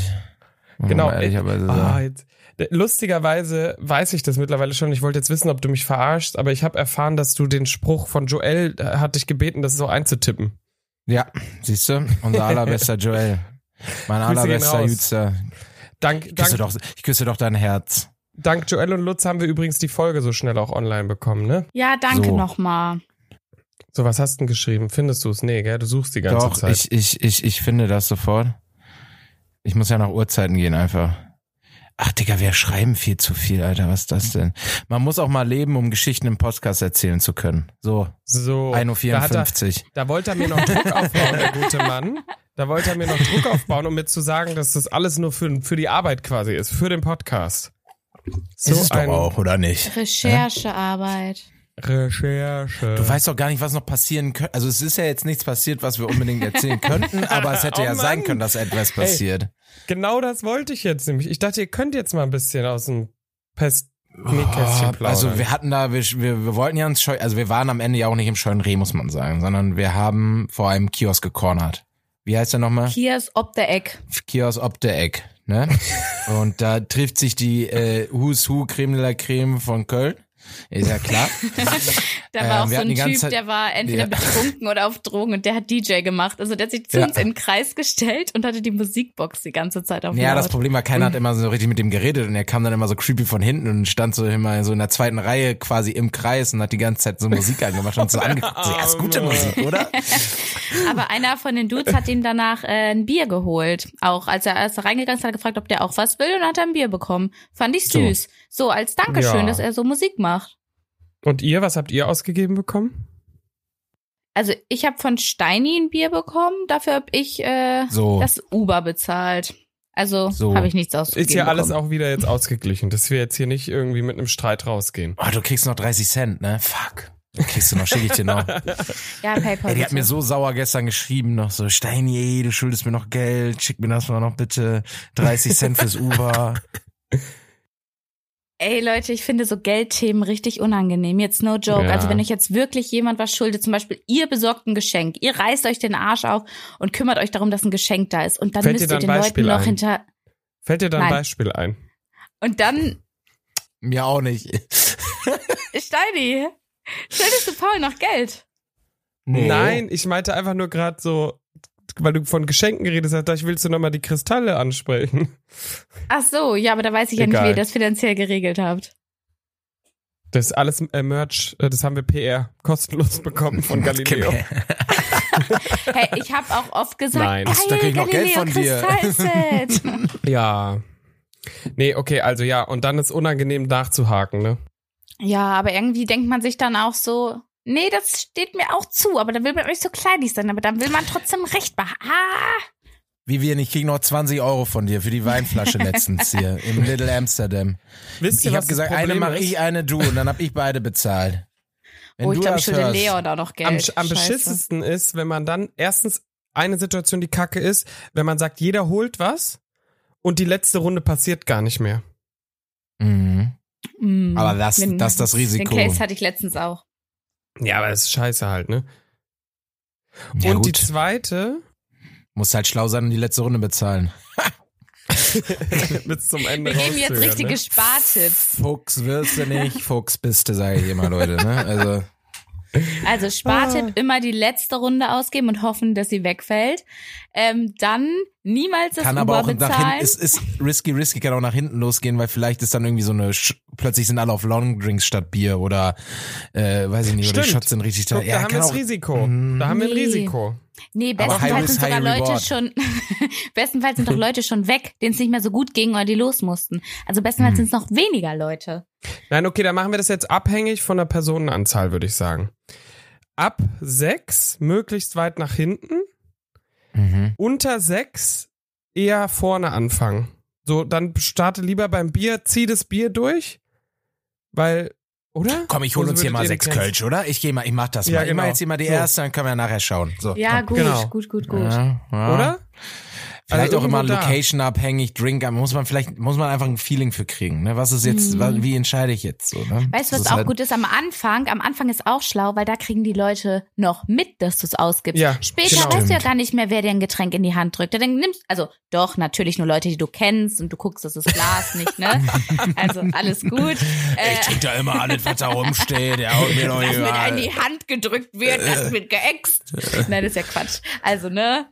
[SPEAKER 1] Muss
[SPEAKER 2] Genau,
[SPEAKER 1] man mal
[SPEAKER 2] äh,
[SPEAKER 1] Ehrlicherweise
[SPEAKER 2] Ah,
[SPEAKER 1] sagen.
[SPEAKER 2] jetzt, lustigerweise weiß ich das mittlerweile schon. Ich wollte jetzt wissen, ob du mich verarschst, aber ich habe erfahren, dass du den Spruch von Joel äh, hat dich gebeten, das so einzutippen.
[SPEAKER 1] Ja, siehst du? Unser allerbester Joel. Mein
[SPEAKER 2] Grüße gehen
[SPEAKER 1] allerbester
[SPEAKER 2] raus.
[SPEAKER 1] Jutzer.
[SPEAKER 2] Dank,
[SPEAKER 1] Ich küsse,
[SPEAKER 2] dank,
[SPEAKER 1] doch, ich küsse doch dein Herz.
[SPEAKER 2] dank Joel und Lutz haben wir übrigens die Folge so schnell auch online bekommen, ne?
[SPEAKER 3] Ja, danke
[SPEAKER 1] So.
[SPEAKER 3] nochmal.
[SPEAKER 2] So, was hast du denn geschrieben? Findest du es? Nee, gell? Du suchst die ganze
[SPEAKER 1] doch,
[SPEAKER 2] Zeit.
[SPEAKER 1] ich, ich, ich, ich finde das sofort. Ich muss ja nach Uhrzeiten gehen einfach. Ach, Digga, wir schreiben viel zu viel, Alter. Was ist das denn? Man muss auch mal leben, um Geschichten im Podcast erzählen zu können. So,
[SPEAKER 2] so, Oh, da, hat er,
[SPEAKER 1] 1.54 Uhr.
[SPEAKER 2] da wollte er mir noch Druck aufbauen, der gute Mann. Da wollte er mir noch Druck aufbauen, um mir zu sagen, dass das alles nur für, für die Arbeit quasi ist, für den Podcast. So
[SPEAKER 1] ist es doch
[SPEAKER 2] ein
[SPEAKER 1] auch, oder nicht?
[SPEAKER 3] Recherchearbeit.
[SPEAKER 2] Recherche.
[SPEAKER 1] Du weißt doch gar nicht, was noch passieren könnte. Also es ist ja jetzt nichts passiert, was wir unbedingt erzählen könnten, aber es hätte
[SPEAKER 2] Oh
[SPEAKER 1] ja sein
[SPEAKER 2] Mann.
[SPEAKER 1] können, dass etwas passiert.
[SPEAKER 2] Genau das wollte ich jetzt nämlich. Ich dachte, ihr könnt jetzt mal ein bisschen aus dem Pest Nähkästchen
[SPEAKER 1] Oh,
[SPEAKER 2] plaudern.
[SPEAKER 1] also wir hatten da, wir, wir, wir wollten ja uns scheu, also wir waren am Ende ja auch nicht im scheuen Reh, muss man sagen, sondern wir haben vor einem Kiosk gecornert. Wie heißt der nochmal?
[SPEAKER 3] Hier ist ob der Eck.
[SPEAKER 1] Kiosk ob der Eck, ne? Und da trifft sich die äh, Who's Who Creme de la Creme von Köln. Ist ja klar.
[SPEAKER 3] Da
[SPEAKER 1] Ähm,
[SPEAKER 3] war auch
[SPEAKER 1] wir
[SPEAKER 3] so
[SPEAKER 1] hatten
[SPEAKER 3] ein
[SPEAKER 1] die ganze
[SPEAKER 3] Typ,
[SPEAKER 1] Zeit-
[SPEAKER 3] der war entweder
[SPEAKER 1] Ja.
[SPEAKER 3] betrunken oder auf Drogen und der hat DJ gemacht. Also der hat sich zu
[SPEAKER 1] Ja.
[SPEAKER 3] uns in den Kreis gestellt und hatte die Musikbox die ganze Zeit auf
[SPEAKER 1] Ja,
[SPEAKER 3] laut.
[SPEAKER 1] das Problem war, keiner hat immer so richtig mit dem geredet und er kam dann immer so creepy von hinten und stand so immer so in der zweiten Reihe quasi im Kreis und hat die ganze Zeit so Musik angemacht und so angeguckt. So, ja, ist gute
[SPEAKER 2] Arme.
[SPEAKER 1] Musik, oder?
[SPEAKER 3] Aber einer von den Dudes hat ihm danach äh, ein Bier geholt. Auch als er, als er reingegangen ist, hat er gefragt, ob der auch was will und dann hat er ein Bier bekommen. Fand ich
[SPEAKER 1] So.
[SPEAKER 3] süß. So, als Dankeschön,
[SPEAKER 2] Ja.
[SPEAKER 3] dass er so Musik macht.
[SPEAKER 2] Und ihr, was habt ihr ausgegeben bekommen?
[SPEAKER 3] Also ich habe von Steini ein Bier bekommen, dafür habe ich äh,
[SPEAKER 1] So.
[SPEAKER 3] das Uber bezahlt. Also
[SPEAKER 1] So.
[SPEAKER 3] habe ich nichts ausgegeben.
[SPEAKER 2] Ist ja alles
[SPEAKER 3] bekommen.
[SPEAKER 2] auch wieder jetzt ausgeglichen, dass wir jetzt hier nicht irgendwie mit einem Streit rausgehen.
[SPEAKER 1] Oh, du kriegst noch 30 Cent, ne? Fuck. Kriegst du noch, schicke ich dir noch.
[SPEAKER 3] Ja, PayPal.
[SPEAKER 1] Ey, die hat
[SPEAKER 3] bitte.
[SPEAKER 1] mir so sauer gestern geschrieben, noch so, Steini, ey, du schuldest mir noch Geld, schick mir das mal noch bitte, 30 Cent fürs Uber.
[SPEAKER 3] Ey Leute, ich finde so Geldthemen richtig unangenehm. Jetzt no joke.
[SPEAKER 2] Ja.
[SPEAKER 3] Also wenn euch jetzt wirklich jemand was schuldet, zum Beispiel ihr besorgt ein Geschenk, ihr reißt euch den Arsch auf und kümmert euch darum, dass ein Geschenk da ist. Und dann
[SPEAKER 2] Fällt
[SPEAKER 3] müsst
[SPEAKER 2] dir
[SPEAKER 3] ihr
[SPEAKER 2] da
[SPEAKER 3] den
[SPEAKER 2] ein Beispiel
[SPEAKER 3] Leuten noch
[SPEAKER 2] ein?
[SPEAKER 3] hinter.
[SPEAKER 2] Fällt dir da ein
[SPEAKER 3] Nein.
[SPEAKER 2] Beispiel ein?
[SPEAKER 3] Und dann,
[SPEAKER 1] Mir auch nicht.
[SPEAKER 3] Steini, schuldest du Paul noch Geld?
[SPEAKER 1] Nee.
[SPEAKER 2] Nein, ich meinte einfach nur gerade so, weil du von Geschenken geredet hast, da willst du nochmal die Kristalle ansprechen.
[SPEAKER 3] Ach so, ja, aber da weiß ich ja nicht,
[SPEAKER 2] Egal.
[SPEAKER 3] wie ihr das finanziell geregelt habt.
[SPEAKER 2] Das ist alles äh, Merch, äh, das haben wir PR kostenlos bekommen von Galileo.
[SPEAKER 3] Hey, ich habe auch oft gesagt,
[SPEAKER 2] Nein.
[SPEAKER 3] geil,
[SPEAKER 1] Ach, da krieg ich noch Geld
[SPEAKER 3] Galileo
[SPEAKER 1] von dir.
[SPEAKER 3] Kristallset.
[SPEAKER 2] Ja. Nee, okay, also ja, und dann ist unangenehm nachzuhaken, ne?
[SPEAKER 3] Ja, aber irgendwie denkt man sich dann auch so, nee, das steht mir auch zu, aber dann will man euch so kleinlich sein, aber dann will man trotzdem recht machen. Ah!
[SPEAKER 1] Wie wir nicht, kriegen noch 20 Euro von dir für die Weinflasche letztens hier im Little Amsterdam.
[SPEAKER 2] Wisst
[SPEAKER 1] Ich
[SPEAKER 2] ihr, was
[SPEAKER 1] habe
[SPEAKER 2] das
[SPEAKER 1] gesagt,
[SPEAKER 2] Problem
[SPEAKER 1] eine mache
[SPEAKER 2] ist?
[SPEAKER 1] ich, eine du und dann habe ich beide bezahlt. Wenn
[SPEAKER 3] oh, ich
[SPEAKER 1] du
[SPEAKER 3] glaube,
[SPEAKER 1] das
[SPEAKER 3] ich schulde
[SPEAKER 1] hörst,
[SPEAKER 3] Leon auch noch
[SPEAKER 2] am,
[SPEAKER 3] Geld.
[SPEAKER 2] am
[SPEAKER 3] Scheiße.
[SPEAKER 2] beschissensten ist, wenn man dann erstens eine Situation, die kacke ist, wenn man sagt, jeder holt was und die letzte Runde passiert gar nicht mehr.
[SPEAKER 1] Mhm.
[SPEAKER 3] Mm.
[SPEAKER 1] Aber das- das ist das Risiko.
[SPEAKER 3] Den Case hatte ich letztens auch.
[SPEAKER 2] Ja, aber das ist scheiße halt, ne?
[SPEAKER 1] Ja,
[SPEAKER 2] und die
[SPEAKER 1] gut.
[SPEAKER 2] zweite
[SPEAKER 1] Muss halt schlau sein und die letzte Runde bezahlen.
[SPEAKER 2] bis zum Ende
[SPEAKER 3] Wir geben jetzt
[SPEAKER 2] rauszögern,
[SPEAKER 3] richtige
[SPEAKER 2] ne?
[SPEAKER 3] Spartipps.
[SPEAKER 1] Fuchs wirst du nicht, Fuchs bist du, sage ich immer, Leute. Ne? Also
[SPEAKER 3] Also Spartipp, immer die letzte Runde ausgeben und hoffen, dass sie wegfällt. Ähm, dann niemals das
[SPEAKER 1] kann
[SPEAKER 3] Uber
[SPEAKER 1] aber auch nach
[SPEAKER 3] bezahlen.
[SPEAKER 1] hinten, es ist risky, risky kann auch nach hinten losgehen, weil vielleicht ist dann irgendwie so eine, Sch plötzlich sind alle auf Longdrinks statt Bier oder äh, weiß ich nicht, oder die
[SPEAKER 2] Stimmt.
[SPEAKER 1] Shots sind richtig teuer.
[SPEAKER 2] Guck, da haben wir
[SPEAKER 1] kann
[SPEAKER 2] das
[SPEAKER 1] auch- Mhm.
[SPEAKER 2] Risiko. Da haben wir ein
[SPEAKER 3] Nee.
[SPEAKER 2] Risiko.
[SPEAKER 3] Nee,
[SPEAKER 1] Aber high
[SPEAKER 3] bestenfalls sind
[SPEAKER 1] risk,
[SPEAKER 3] sogar
[SPEAKER 1] high
[SPEAKER 3] Leute
[SPEAKER 1] reward.
[SPEAKER 3] schon, bestenfalls sind doch Leute schon weg, denen es nicht mehr so gut ging oder die los mussten. Also bestenfalls
[SPEAKER 1] Hm.
[SPEAKER 3] sind es noch weniger Leute.
[SPEAKER 2] Nein, okay, dann machen wir das jetzt abhängig von der Personenanzahl, würde ich sagen. Ab sechs, möglichst weit nach hinten.
[SPEAKER 1] Mhm.
[SPEAKER 2] unter sechs eher vorne anfangen. So, dann starte lieber beim Bier, zieh das Bier durch, weil Oder?
[SPEAKER 1] Komm, ich hol
[SPEAKER 2] Also
[SPEAKER 1] uns hier
[SPEAKER 2] würdet
[SPEAKER 1] mal
[SPEAKER 2] ihr
[SPEAKER 1] sechs
[SPEAKER 2] den kennen?
[SPEAKER 1] Kölsch, oder? Ich gehe mal, ich mach das
[SPEAKER 2] Ja,
[SPEAKER 1] mal. Ich mach
[SPEAKER 2] genau.
[SPEAKER 1] jetzt immer die
[SPEAKER 2] So.
[SPEAKER 1] erste, dann können wir nachher schauen. So.
[SPEAKER 3] Ja, gut,
[SPEAKER 2] Genau.
[SPEAKER 3] gut, gut, gut.
[SPEAKER 1] Ja, ja.
[SPEAKER 2] Oder?
[SPEAKER 1] Vielleicht
[SPEAKER 2] Also
[SPEAKER 1] auch immer
[SPEAKER 2] irgendwo da.
[SPEAKER 1] Location abhängig, Drink, muss man vielleicht, muss man einfach ein Feeling für kriegen, ne? Was ist jetzt, wa- wie entscheide ich jetzt so, ne?
[SPEAKER 3] Mhm. Weißt du,
[SPEAKER 1] Das
[SPEAKER 3] was
[SPEAKER 1] ist
[SPEAKER 3] auch
[SPEAKER 1] halt-
[SPEAKER 3] gut ist am Anfang? Am Anfang ist auch schlau, weil da kriegen die Leute noch mit, dass du es ausgibst.
[SPEAKER 2] Ja,
[SPEAKER 3] Später
[SPEAKER 2] genau.
[SPEAKER 3] weißt du ja
[SPEAKER 1] Stimmt.
[SPEAKER 3] gar nicht mehr, wer dir ein Getränk in die Hand drückt. Dann nimmst also doch natürlich nur Leute, die du kennst und du guckst, dass das Glas nicht, ne? Also alles gut. Äh,
[SPEAKER 1] Ich trinke da immer alles, was da rumsteht, ja, und mir doch
[SPEAKER 3] dass mit
[SPEAKER 1] egal.
[SPEAKER 3] in die Hand gedrückt wird,
[SPEAKER 1] Äh.
[SPEAKER 3] dass mit geäxt. Nein, das ist ja Quatsch. Also, ne?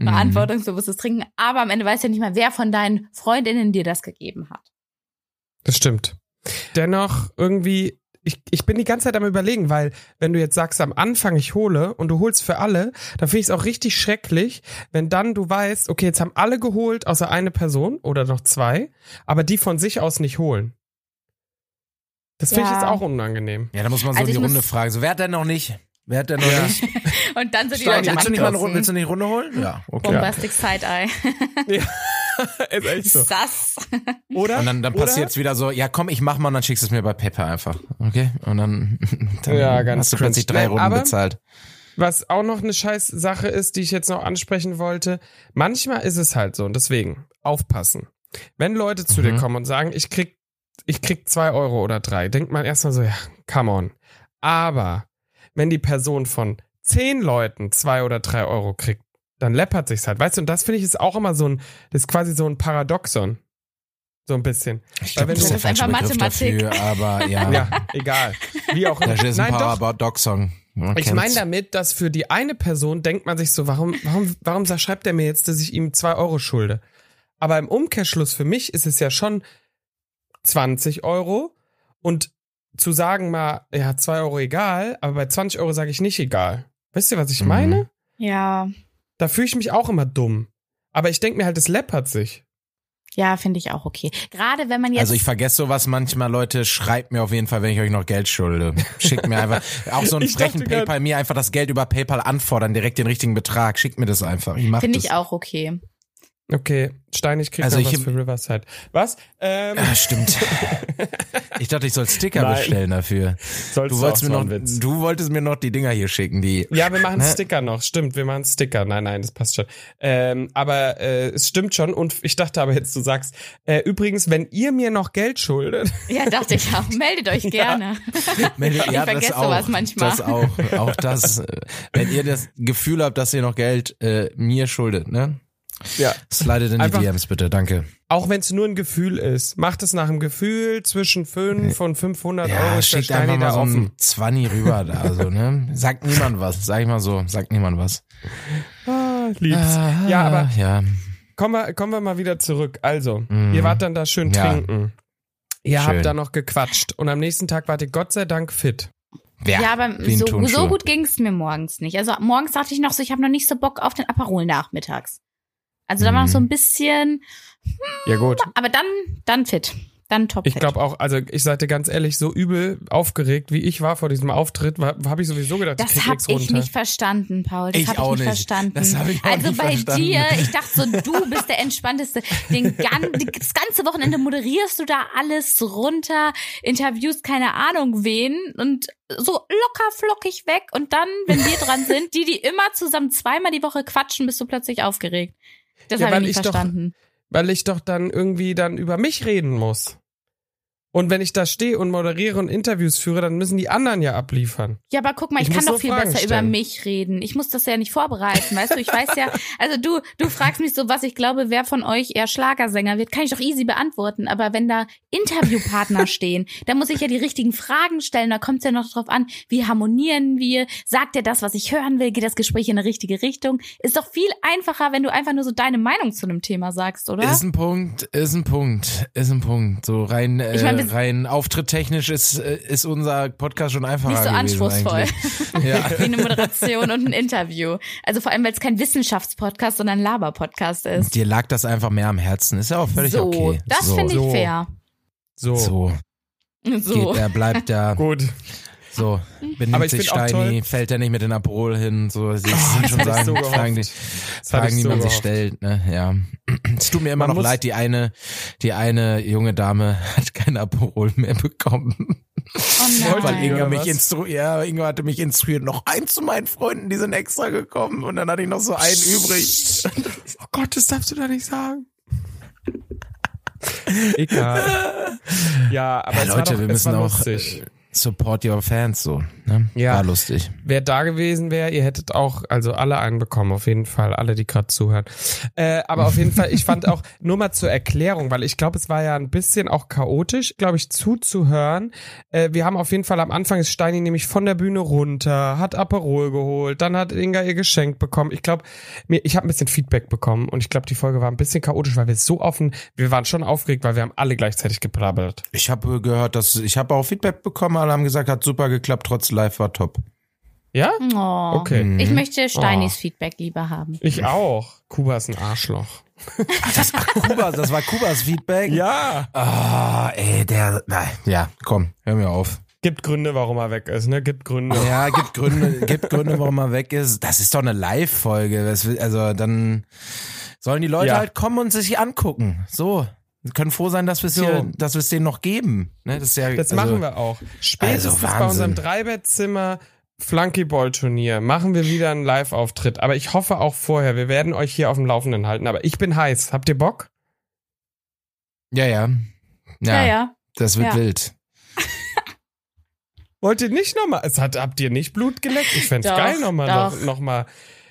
[SPEAKER 1] Mhm.
[SPEAKER 3] Verantwortungsbewusstes Trinken. Aber am Ende weißt du ja nicht mal, wer von deinen Freundinnen dir das gegeben hat.
[SPEAKER 2] Das stimmt. Dennoch irgendwie, ich, ich bin die ganze Zeit am überlegen, weil wenn du jetzt sagst am Anfang, ich hole und du holst für alle, dann finde ich es auch richtig schrecklich, wenn dann du weißt, okay, jetzt haben alle geholt, außer eine Person oder noch zwei, aber die von sich aus nicht holen. Das finde ich
[SPEAKER 3] Ja.
[SPEAKER 2] jetzt auch unangenehm.
[SPEAKER 1] Ja, da muss man so
[SPEAKER 3] Also
[SPEAKER 1] in die
[SPEAKER 3] ich muss-
[SPEAKER 1] Runde fragen, so, wer hat denn noch nicht? Wer hat denn noch
[SPEAKER 2] Ja.
[SPEAKER 1] nicht?
[SPEAKER 3] Und dann sind die
[SPEAKER 1] Steini,
[SPEAKER 3] Leute
[SPEAKER 1] willst du nicht mal eine Runde, willst du
[SPEAKER 3] abgesoffen.
[SPEAKER 1] nicht eine Runde holen? Ja, okay.
[SPEAKER 3] Bombastic Side-Eye.
[SPEAKER 2] ist echt so.
[SPEAKER 3] Sass.
[SPEAKER 2] Oder?
[SPEAKER 1] Und dann, dann
[SPEAKER 2] Oder?
[SPEAKER 1] passiert's wieder so, ja komm, ich mach mal und dann schickst du es mir bei PayPal einfach. Okay? Und dann, dann
[SPEAKER 2] Ja, ganz
[SPEAKER 1] hast du plötzlich
[SPEAKER 2] cringe.
[SPEAKER 1] drei
[SPEAKER 2] Nein,
[SPEAKER 1] Runden
[SPEAKER 2] aber-
[SPEAKER 1] bezahlt.
[SPEAKER 2] Was auch noch eine scheiß Sache ist, die ich jetzt noch ansprechen wollte. Manchmal ist es halt so und deswegen aufpassen. Wenn Leute zu dir
[SPEAKER 1] Mhm.
[SPEAKER 2] kommen und sagen, ich krieg, ich krieg zwei Euro oder drei, denkt man erstmal so, ja, come on. Aber wenn die Person von zehn Leuten zwei oder drei Euro kriegt, dann läppert sich's halt. Weißt du, und das finde ich ist auch immer so ein, das ist quasi so ein Paradoxon. So ein bisschen.
[SPEAKER 1] Ich
[SPEAKER 2] Weil
[SPEAKER 1] glaube,
[SPEAKER 2] wenn
[SPEAKER 1] das ist
[SPEAKER 2] du-
[SPEAKER 1] der
[SPEAKER 2] Das ist
[SPEAKER 1] falsche
[SPEAKER 3] einfach
[SPEAKER 1] Begriff
[SPEAKER 3] Mathematik.
[SPEAKER 1] dafür, aber ja.
[SPEAKER 2] Ja, egal. Wie auch immer.
[SPEAKER 1] Ah. Das ist ein
[SPEAKER 2] Nein, doch.
[SPEAKER 1] Paradoxon. Man
[SPEAKER 2] Ich
[SPEAKER 1] kennt's.
[SPEAKER 2] meine damit, dass für die eine Person denkt man sich so, warum, warum, warum sa- schreibt er mir jetzt, dass ich ihm zwei Euro schulde? Aber im Umkehrschluss für mich ist es ja schon 20 Euro und zu sagen mal, ja, zwei Euro egal, aber bei 20 Euro sage ich nicht egal. Wisst ihr, was ich
[SPEAKER 1] Mhm.
[SPEAKER 2] meine?
[SPEAKER 3] Ja,
[SPEAKER 2] Da fühle ich mich auch immer dumm. Aber ich denke mir halt, es läppert sich.
[SPEAKER 3] ja, finde ich auch okay. Gerade wenn man jetzt.
[SPEAKER 1] Also ich vergesse sowas manchmal, Leute, schreibt mir auf jeden Fall, wenn ich euch noch Geld schulde. Schickt mir einfach, auch so einen
[SPEAKER 2] Ich dachte
[SPEAKER 1] frechen
[SPEAKER 2] grad-
[SPEAKER 1] PayPal, mir einfach das Geld über PayPal anfordern, direkt den richtigen Betrag. Schickt mir das einfach. Ich mach
[SPEAKER 3] Finde
[SPEAKER 1] das.
[SPEAKER 3] ich auch okay.
[SPEAKER 2] Okay, Stein, ich krieg
[SPEAKER 1] Also
[SPEAKER 2] noch
[SPEAKER 1] ich-
[SPEAKER 2] was für Riverside. Was? Ähm,
[SPEAKER 1] Ah, stimmt. Ich dachte, ich soll Sticker
[SPEAKER 2] Nein.
[SPEAKER 1] bestellen dafür.
[SPEAKER 2] sollst
[SPEAKER 1] Du wolltest, mir
[SPEAKER 2] auch so
[SPEAKER 1] noch,
[SPEAKER 2] einen Witz.
[SPEAKER 1] du wolltest mir noch die Dinger hier schicken, die.
[SPEAKER 2] Ja, wir machen
[SPEAKER 1] Ne?
[SPEAKER 2] Sticker noch. Stimmt, wir machen Sticker. Nein, nein, das passt schon. Ähm, aber äh, es stimmt schon. Und ich dachte aber jetzt, du sagst, äh, übrigens, wenn ihr mir noch Geld schuldet,
[SPEAKER 3] Ja, dachte ich auch. Meldet euch gerne.
[SPEAKER 1] Meldet-
[SPEAKER 3] Ich vergesse
[SPEAKER 1] auch,
[SPEAKER 3] sowas manchmal.
[SPEAKER 1] Das auch. Auch das, äh, wenn ihr das Gefühl habt, dass ihr noch Geld äh, mir schuldet, ne?
[SPEAKER 2] ja.
[SPEAKER 1] Slidet in die
[SPEAKER 2] Einfach-
[SPEAKER 1] DMs bitte, danke.
[SPEAKER 2] auch wenn es nur ein Gefühl ist, macht es nach dem Gefühl zwischen 5 und 500 Euro.
[SPEAKER 1] Ja,
[SPEAKER 2] Ist der
[SPEAKER 1] schickt einfach
[SPEAKER 2] Steini
[SPEAKER 1] mal
[SPEAKER 2] da
[SPEAKER 1] so
[SPEAKER 2] offen.
[SPEAKER 1] einen Zwanni rüber da, also, ne? Sagt niemand was, sag ich mal so, sagt niemand was.
[SPEAKER 2] Ah, lieb's. ja, aber
[SPEAKER 1] Ja,
[SPEAKER 2] kommen wir, kommen wir mal wieder zurück. Also,
[SPEAKER 1] Mhm.
[SPEAKER 2] ihr wart dann da schön
[SPEAKER 1] Ja.
[SPEAKER 2] trinken. Ihr
[SPEAKER 1] Schön.
[SPEAKER 2] habt da noch gequatscht. Und am nächsten Tag wart ihr Gott sei Dank fit.
[SPEAKER 1] wer?
[SPEAKER 3] Ja, aber
[SPEAKER 1] wie ein
[SPEAKER 3] so,
[SPEAKER 1] Turnschuh.
[SPEAKER 3] so gut ging's mir morgens nicht. Also morgens dachte ich noch so, ich habe noch nicht so Bock auf den Aperol nachmittags. Also da war
[SPEAKER 1] Mhm.
[SPEAKER 3] noch so ein bisschen,
[SPEAKER 2] Ja, gut.
[SPEAKER 3] aber dann, dann fit. Dann top
[SPEAKER 2] Ich
[SPEAKER 3] fit.
[SPEAKER 2] glaube auch, also ich sag dir ganz ehrlich, so übel aufgeregt, wie ich war vor diesem Auftritt, habe ich sowieso gedacht, ich
[SPEAKER 3] Das
[SPEAKER 2] krieg
[SPEAKER 3] habe
[SPEAKER 2] nix
[SPEAKER 3] ich
[SPEAKER 2] runter.
[SPEAKER 3] nicht verstanden, Paul. Das
[SPEAKER 1] Ich
[SPEAKER 3] hab
[SPEAKER 1] auch
[SPEAKER 3] ich nicht,
[SPEAKER 1] nicht.
[SPEAKER 3] verstanden.
[SPEAKER 1] Das hab ich auch
[SPEAKER 3] also
[SPEAKER 1] nicht
[SPEAKER 3] bei
[SPEAKER 1] verstanden.
[SPEAKER 3] dir, ich dachte so, du bist der entspannteste. Den gan das ganze Wochenende moderierst du da alles runter, interviewst keine Ahnung wen und so locker flockig weg. Und dann, wenn wir dran sind, die, die immer zusammen zweimal die Woche quatschen, bist du plötzlich aufgeregt. Das
[SPEAKER 2] Ja,
[SPEAKER 3] hab habe
[SPEAKER 2] weil
[SPEAKER 3] ich nicht
[SPEAKER 2] ich doch-
[SPEAKER 3] verstanden.
[SPEAKER 2] weil ich doch dann irgendwie dann über mich reden muss. Und wenn ich da stehe und moderiere und Interviews führe, dann müssen die anderen ja abliefern.
[SPEAKER 3] Ja, aber guck mal, ich,
[SPEAKER 2] Ich muss
[SPEAKER 3] kann doch
[SPEAKER 2] nur
[SPEAKER 3] viel
[SPEAKER 2] Fragen
[SPEAKER 3] besser über
[SPEAKER 2] stellen.
[SPEAKER 3] mich reden. Ich muss das ja nicht vorbereiten, weißt du? Ich weiß ja, also du, du fragst mich so, was ich glaube, wer von euch eher Schlagersänger wird, kann ich doch easy beantworten. Aber wenn da Interviewpartner stehen, da muss ich ja die richtigen Fragen stellen. Da kommt es ja noch drauf an, wie harmonieren wir? Sagt er das, was ich hören will? Geht das Gespräch in eine richtige Richtung? Ist doch viel einfacher, wenn du einfach nur so deine Meinung zu einem Thema sagst, oder?
[SPEAKER 1] Ist ein Punkt, ist ein Punkt, ist ein Punkt. So rein, äh,
[SPEAKER 3] Ich mein, wir-
[SPEAKER 1] rein auftrittechnisch ist, äh, ist unser Podcast schon einfacher.
[SPEAKER 3] Nicht so
[SPEAKER 1] gewesen
[SPEAKER 3] anspruchsvoll.
[SPEAKER 1] eigentlich. ja.
[SPEAKER 3] wie eine Moderation und ein Interview. Also vor allem, weil es kein Wissenschaftspodcast, sondern ein Laber-Podcast ist.
[SPEAKER 1] Dir lag das einfach mehr am Herzen. Ist ja auch völlig
[SPEAKER 3] so,
[SPEAKER 1] okay.
[SPEAKER 3] das
[SPEAKER 1] so.
[SPEAKER 3] finde ich
[SPEAKER 2] So.
[SPEAKER 3] fair.
[SPEAKER 2] So.
[SPEAKER 1] So,
[SPEAKER 3] So.
[SPEAKER 1] geht er, bleibt er,
[SPEAKER 2] Gut.
[SPEAKER 1] so, benimmt
[SPEAKER 2] Aber ich
[SPEAKER 1] sich
[SPEAKER 2] find auch
[SPEAKER 1] Steini, fällt er nicht mit den Aperol hin, so,
[SPEAKER 3] Oh,
[SPEAKER 1] das sind schon
[SPEAKER 2] hätte ich
[SPEAKER 1] Sachen,
[SPEAKER 2] so gehofft.
[SPEAKER 1] Fragen, die,
[SPEAKER 2] Das hatte
[SPEAKER 1] Fragen,
[SPEAKER 2] ich
[SPEAKER 1] die
[SPEAKER 2] so
[SPEAKER 1] man sich
[SPEAKER 2] gehofft.
[SPEAKER 1] stellt, ne, ja. Es tut mir immer noch
[SPEAKER 2] Man muss-
[SPEAKER 1] leid, die eine, die eine junge Dame hat kein Aperol mehr bekommen.
[SPEAKER 3] Oh
[SPEAKER 1] Weil
[SPEAKER 3] nein.
[SPEAKER 2] Wollte-
[SPEAKER 1] Ingo,
[SPEAKER 2] oder
[SPEAKER 1] mich
[SPEAKER 2] was?
[SPEAKER 1] instru ja, Ingo hatte mich instruiert. Noch eins zu meinen Freunden, die sind extra gekommen. Und dann hatte ich noch so einen übrig.
[SPEAKER 2] Oh Gott, das darfst du da nicht sagen. Egal. Ja, aber
[SPEAKER 1] Ja,
[SPEAKER 2] es war
[SPEAKER 1] Leute,
[SPEAKER 2] doch,
[SPEAKER 1] wir
[SPEAKER 2] es
[SPEAKER 1] müssen
[SPEAKER 2] war
[SPEAKER 1] auch
[SPEAKER 2] lustig.
[SPEAKER 1] äh, support your fans so. Ne?
[SPEAKER 2] Ja.
[SPEAKER 1] War lustig.
[SPEAKER 2] Wer da gewesen wäre, ihr hättet auch, also alle einen bekommen, auf jeden Fall, alle, die gerade zuhören. Äh, aber auf jeden Fall, ich fand auch, nur mal zur Erklärung, weil ich glaube, es war ja ein bisschen auch chaotisch, glaube ich, zuzuhören. Äh, wir haben auf jeden Fall am Anfang ist Steini nämlich von der Bühne runter, hat Aperol geholt, dann hat Inga ihr Geschenk bekommen. Ich glaube, mir, ich habe ein bisschen Feedback bekommen und ich glaube, die Folge war ein bisschen chaotisch, weil wir so offen, wir waren schon aufgeregt, weil wir haben alle gleichzeitig geplappert.
[SPEAKER 1] Ich habe gehört, dass ich habe auch Feedback bekommen. Alle haben gesagt, hat super geklappt. Trotz live war top.
[SPEAKER 2] Ja?
[SPEAKER 3] Oh.
[SPEAKER 2] Okay.
[SPEAKER 1] Mhm.
[SPEAKER 3] Ich möchte Steinis
[SPEAKER 2] Oh.
[SPEAKER 3] Feedback lieber haben.
[SPEAKER 2] Ich auch. Kuba ist ein Arschloch.
[SPEAKER 1] Kuba, das war Kubas Feedback.
[SPEAKER 2] Ja.
[SPEAKER 1] Ah, ey, der. Nein, ja, komm, hör mir auf.
[SPEAKER 2] Gibt Gründe, warum er weg ist, ne? Gibt Gründe.
[SPEAKER 1] Ja, gibt Gründe, gibt Gründe, warum er weg ist. Das ist doch eine Live-Folge. Das will- Also dann sollen die Leute
[SPEAKER 2] Ja.
[SPEAKER 1] halt kommen und sich angucken. So. Sie können froh sein, dass wir es
[SPEAKER 2] So.
[SPEAKER 1] hier, dass wir es denen noch geben. Ne, das ist ja,
[SPEAKER 2] Das
[SPEAKER 1] also,
[SPEAKER 2] machen wir auch. Spätestens bei
[SPEAKER 1] Wahnsinn.
[SPEAKER 2] unserem Dreibettzimmer Flunkyball-Turnier machen wir wieder einen Live-Auftritt. Aber ich hoffe auch vorher. Wir werden euch hier auf dem Laufenden halten. Aber ich bin heiß. Habt ihr Bock?
[SPEAKER 1] Ja, ja.
[SPEAKER 3] Ja, ja.
[SPEAKER 1] Das wird
[SPEAKER 3] Ja.
[SPEAKER 1] wild.
[SPEAKER 2] Wollt ihr nicht nochmal? Es hat, habt ihr nicht Blut geleckt? Ich fänd's
[SPEAKER 3] Doch,
[SPEAKER 2] geil nochmal. Noch,
[SPEAKER 3] doch.
[SPEAKER 2] noch mal.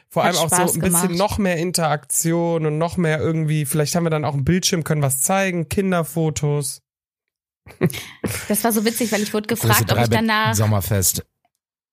[SPEAKER 2] Vor
[SPEAKER 3] Hat
[SPEAKER 2] allem auch
[SPEAKER 3] Spaß
[SPEAKER 2] so ein bisschen
[SPEAKER 3] gemacht.
[SPEAKER 2] noch mehr Interaktion und noch mehr irgendwie. Vielleicht haben wir dann auch einen Bildschirm, können was zeigen, Kinderfotos.
[SPEAKER 3] Das war so witzig, weil ich wurde
[SPEAKER 1] Große
[SPEAKER 3] gefragt, ob ich
[SPEAKER 1] Dreibett-
[SPEAKER 3] danach,
[SPEAKER 1] Sommerfest.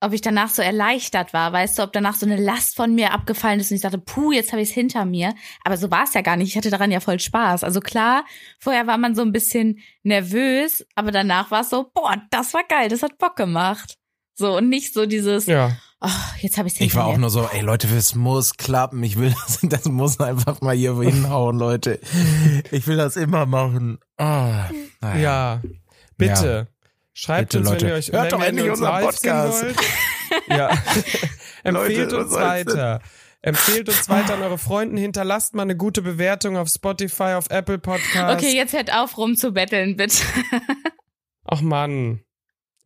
[SPEAKER 3] ob ich danach so erleichtert war, weißt du, ob danach so eine Last von mir abgefallen ist und ich dachte, puh, jetzt habe ich es hinter mir. Aber so war es ja gar nicht. Ich hatte daran ja voll Spaß. Also klar, vorher war man so ein bisschen nervös, aber danach war es so, boah, das war geil, das hat Bock gemacht. So, und nicht so dieses,
[SPEAKER 2] Ja.
[SPEAKER 3] oh, jetzt habe ich es hinter
[SPEAKER 1] Ich war
[SPEAKER 3] mir.
[SPEAKER 1] auch nur so, ey Leute, es muss klappen. Ich will das, das muss einfach mal hier hinhauen, Leute. Ich will das immer machen. Ah, naja.
[SPEAKER 2] Ja, bitte. Schreibt
[SPEAKER 1] Bitte,
[SPEAKER 2] uns, wenn
[SPEAKER 1] Leute.
[SPEAKER 2] ihr euch
[SPEAKER 1] Hört doch
[SPEAKER 2] wenn ihr
[SPEAKER 1] endlich
[SPEAKER 2] uns
[SPEAKER 1] unseren
[SPEAKER 2] live sehen
[SPEAKER 1] Podcast.
[SPEAKER 2] wollt. ja. Empfehlt
[SPEAKER 1] Leute, was
[SPEAKER 2] uns
[SPEAKER 1] soll's denn?
[SPEAKER 2] weiter. Empfehlt uns weiter an eure Freunden. Hinterlasst mal eine gute Bewertung auf Spotify, auf Apple Podcasts.
[SPEAKER 3] Okay, jetzt hört auf, rumzubetteln, bitte.
[SPEAKER 2] Ach Mann.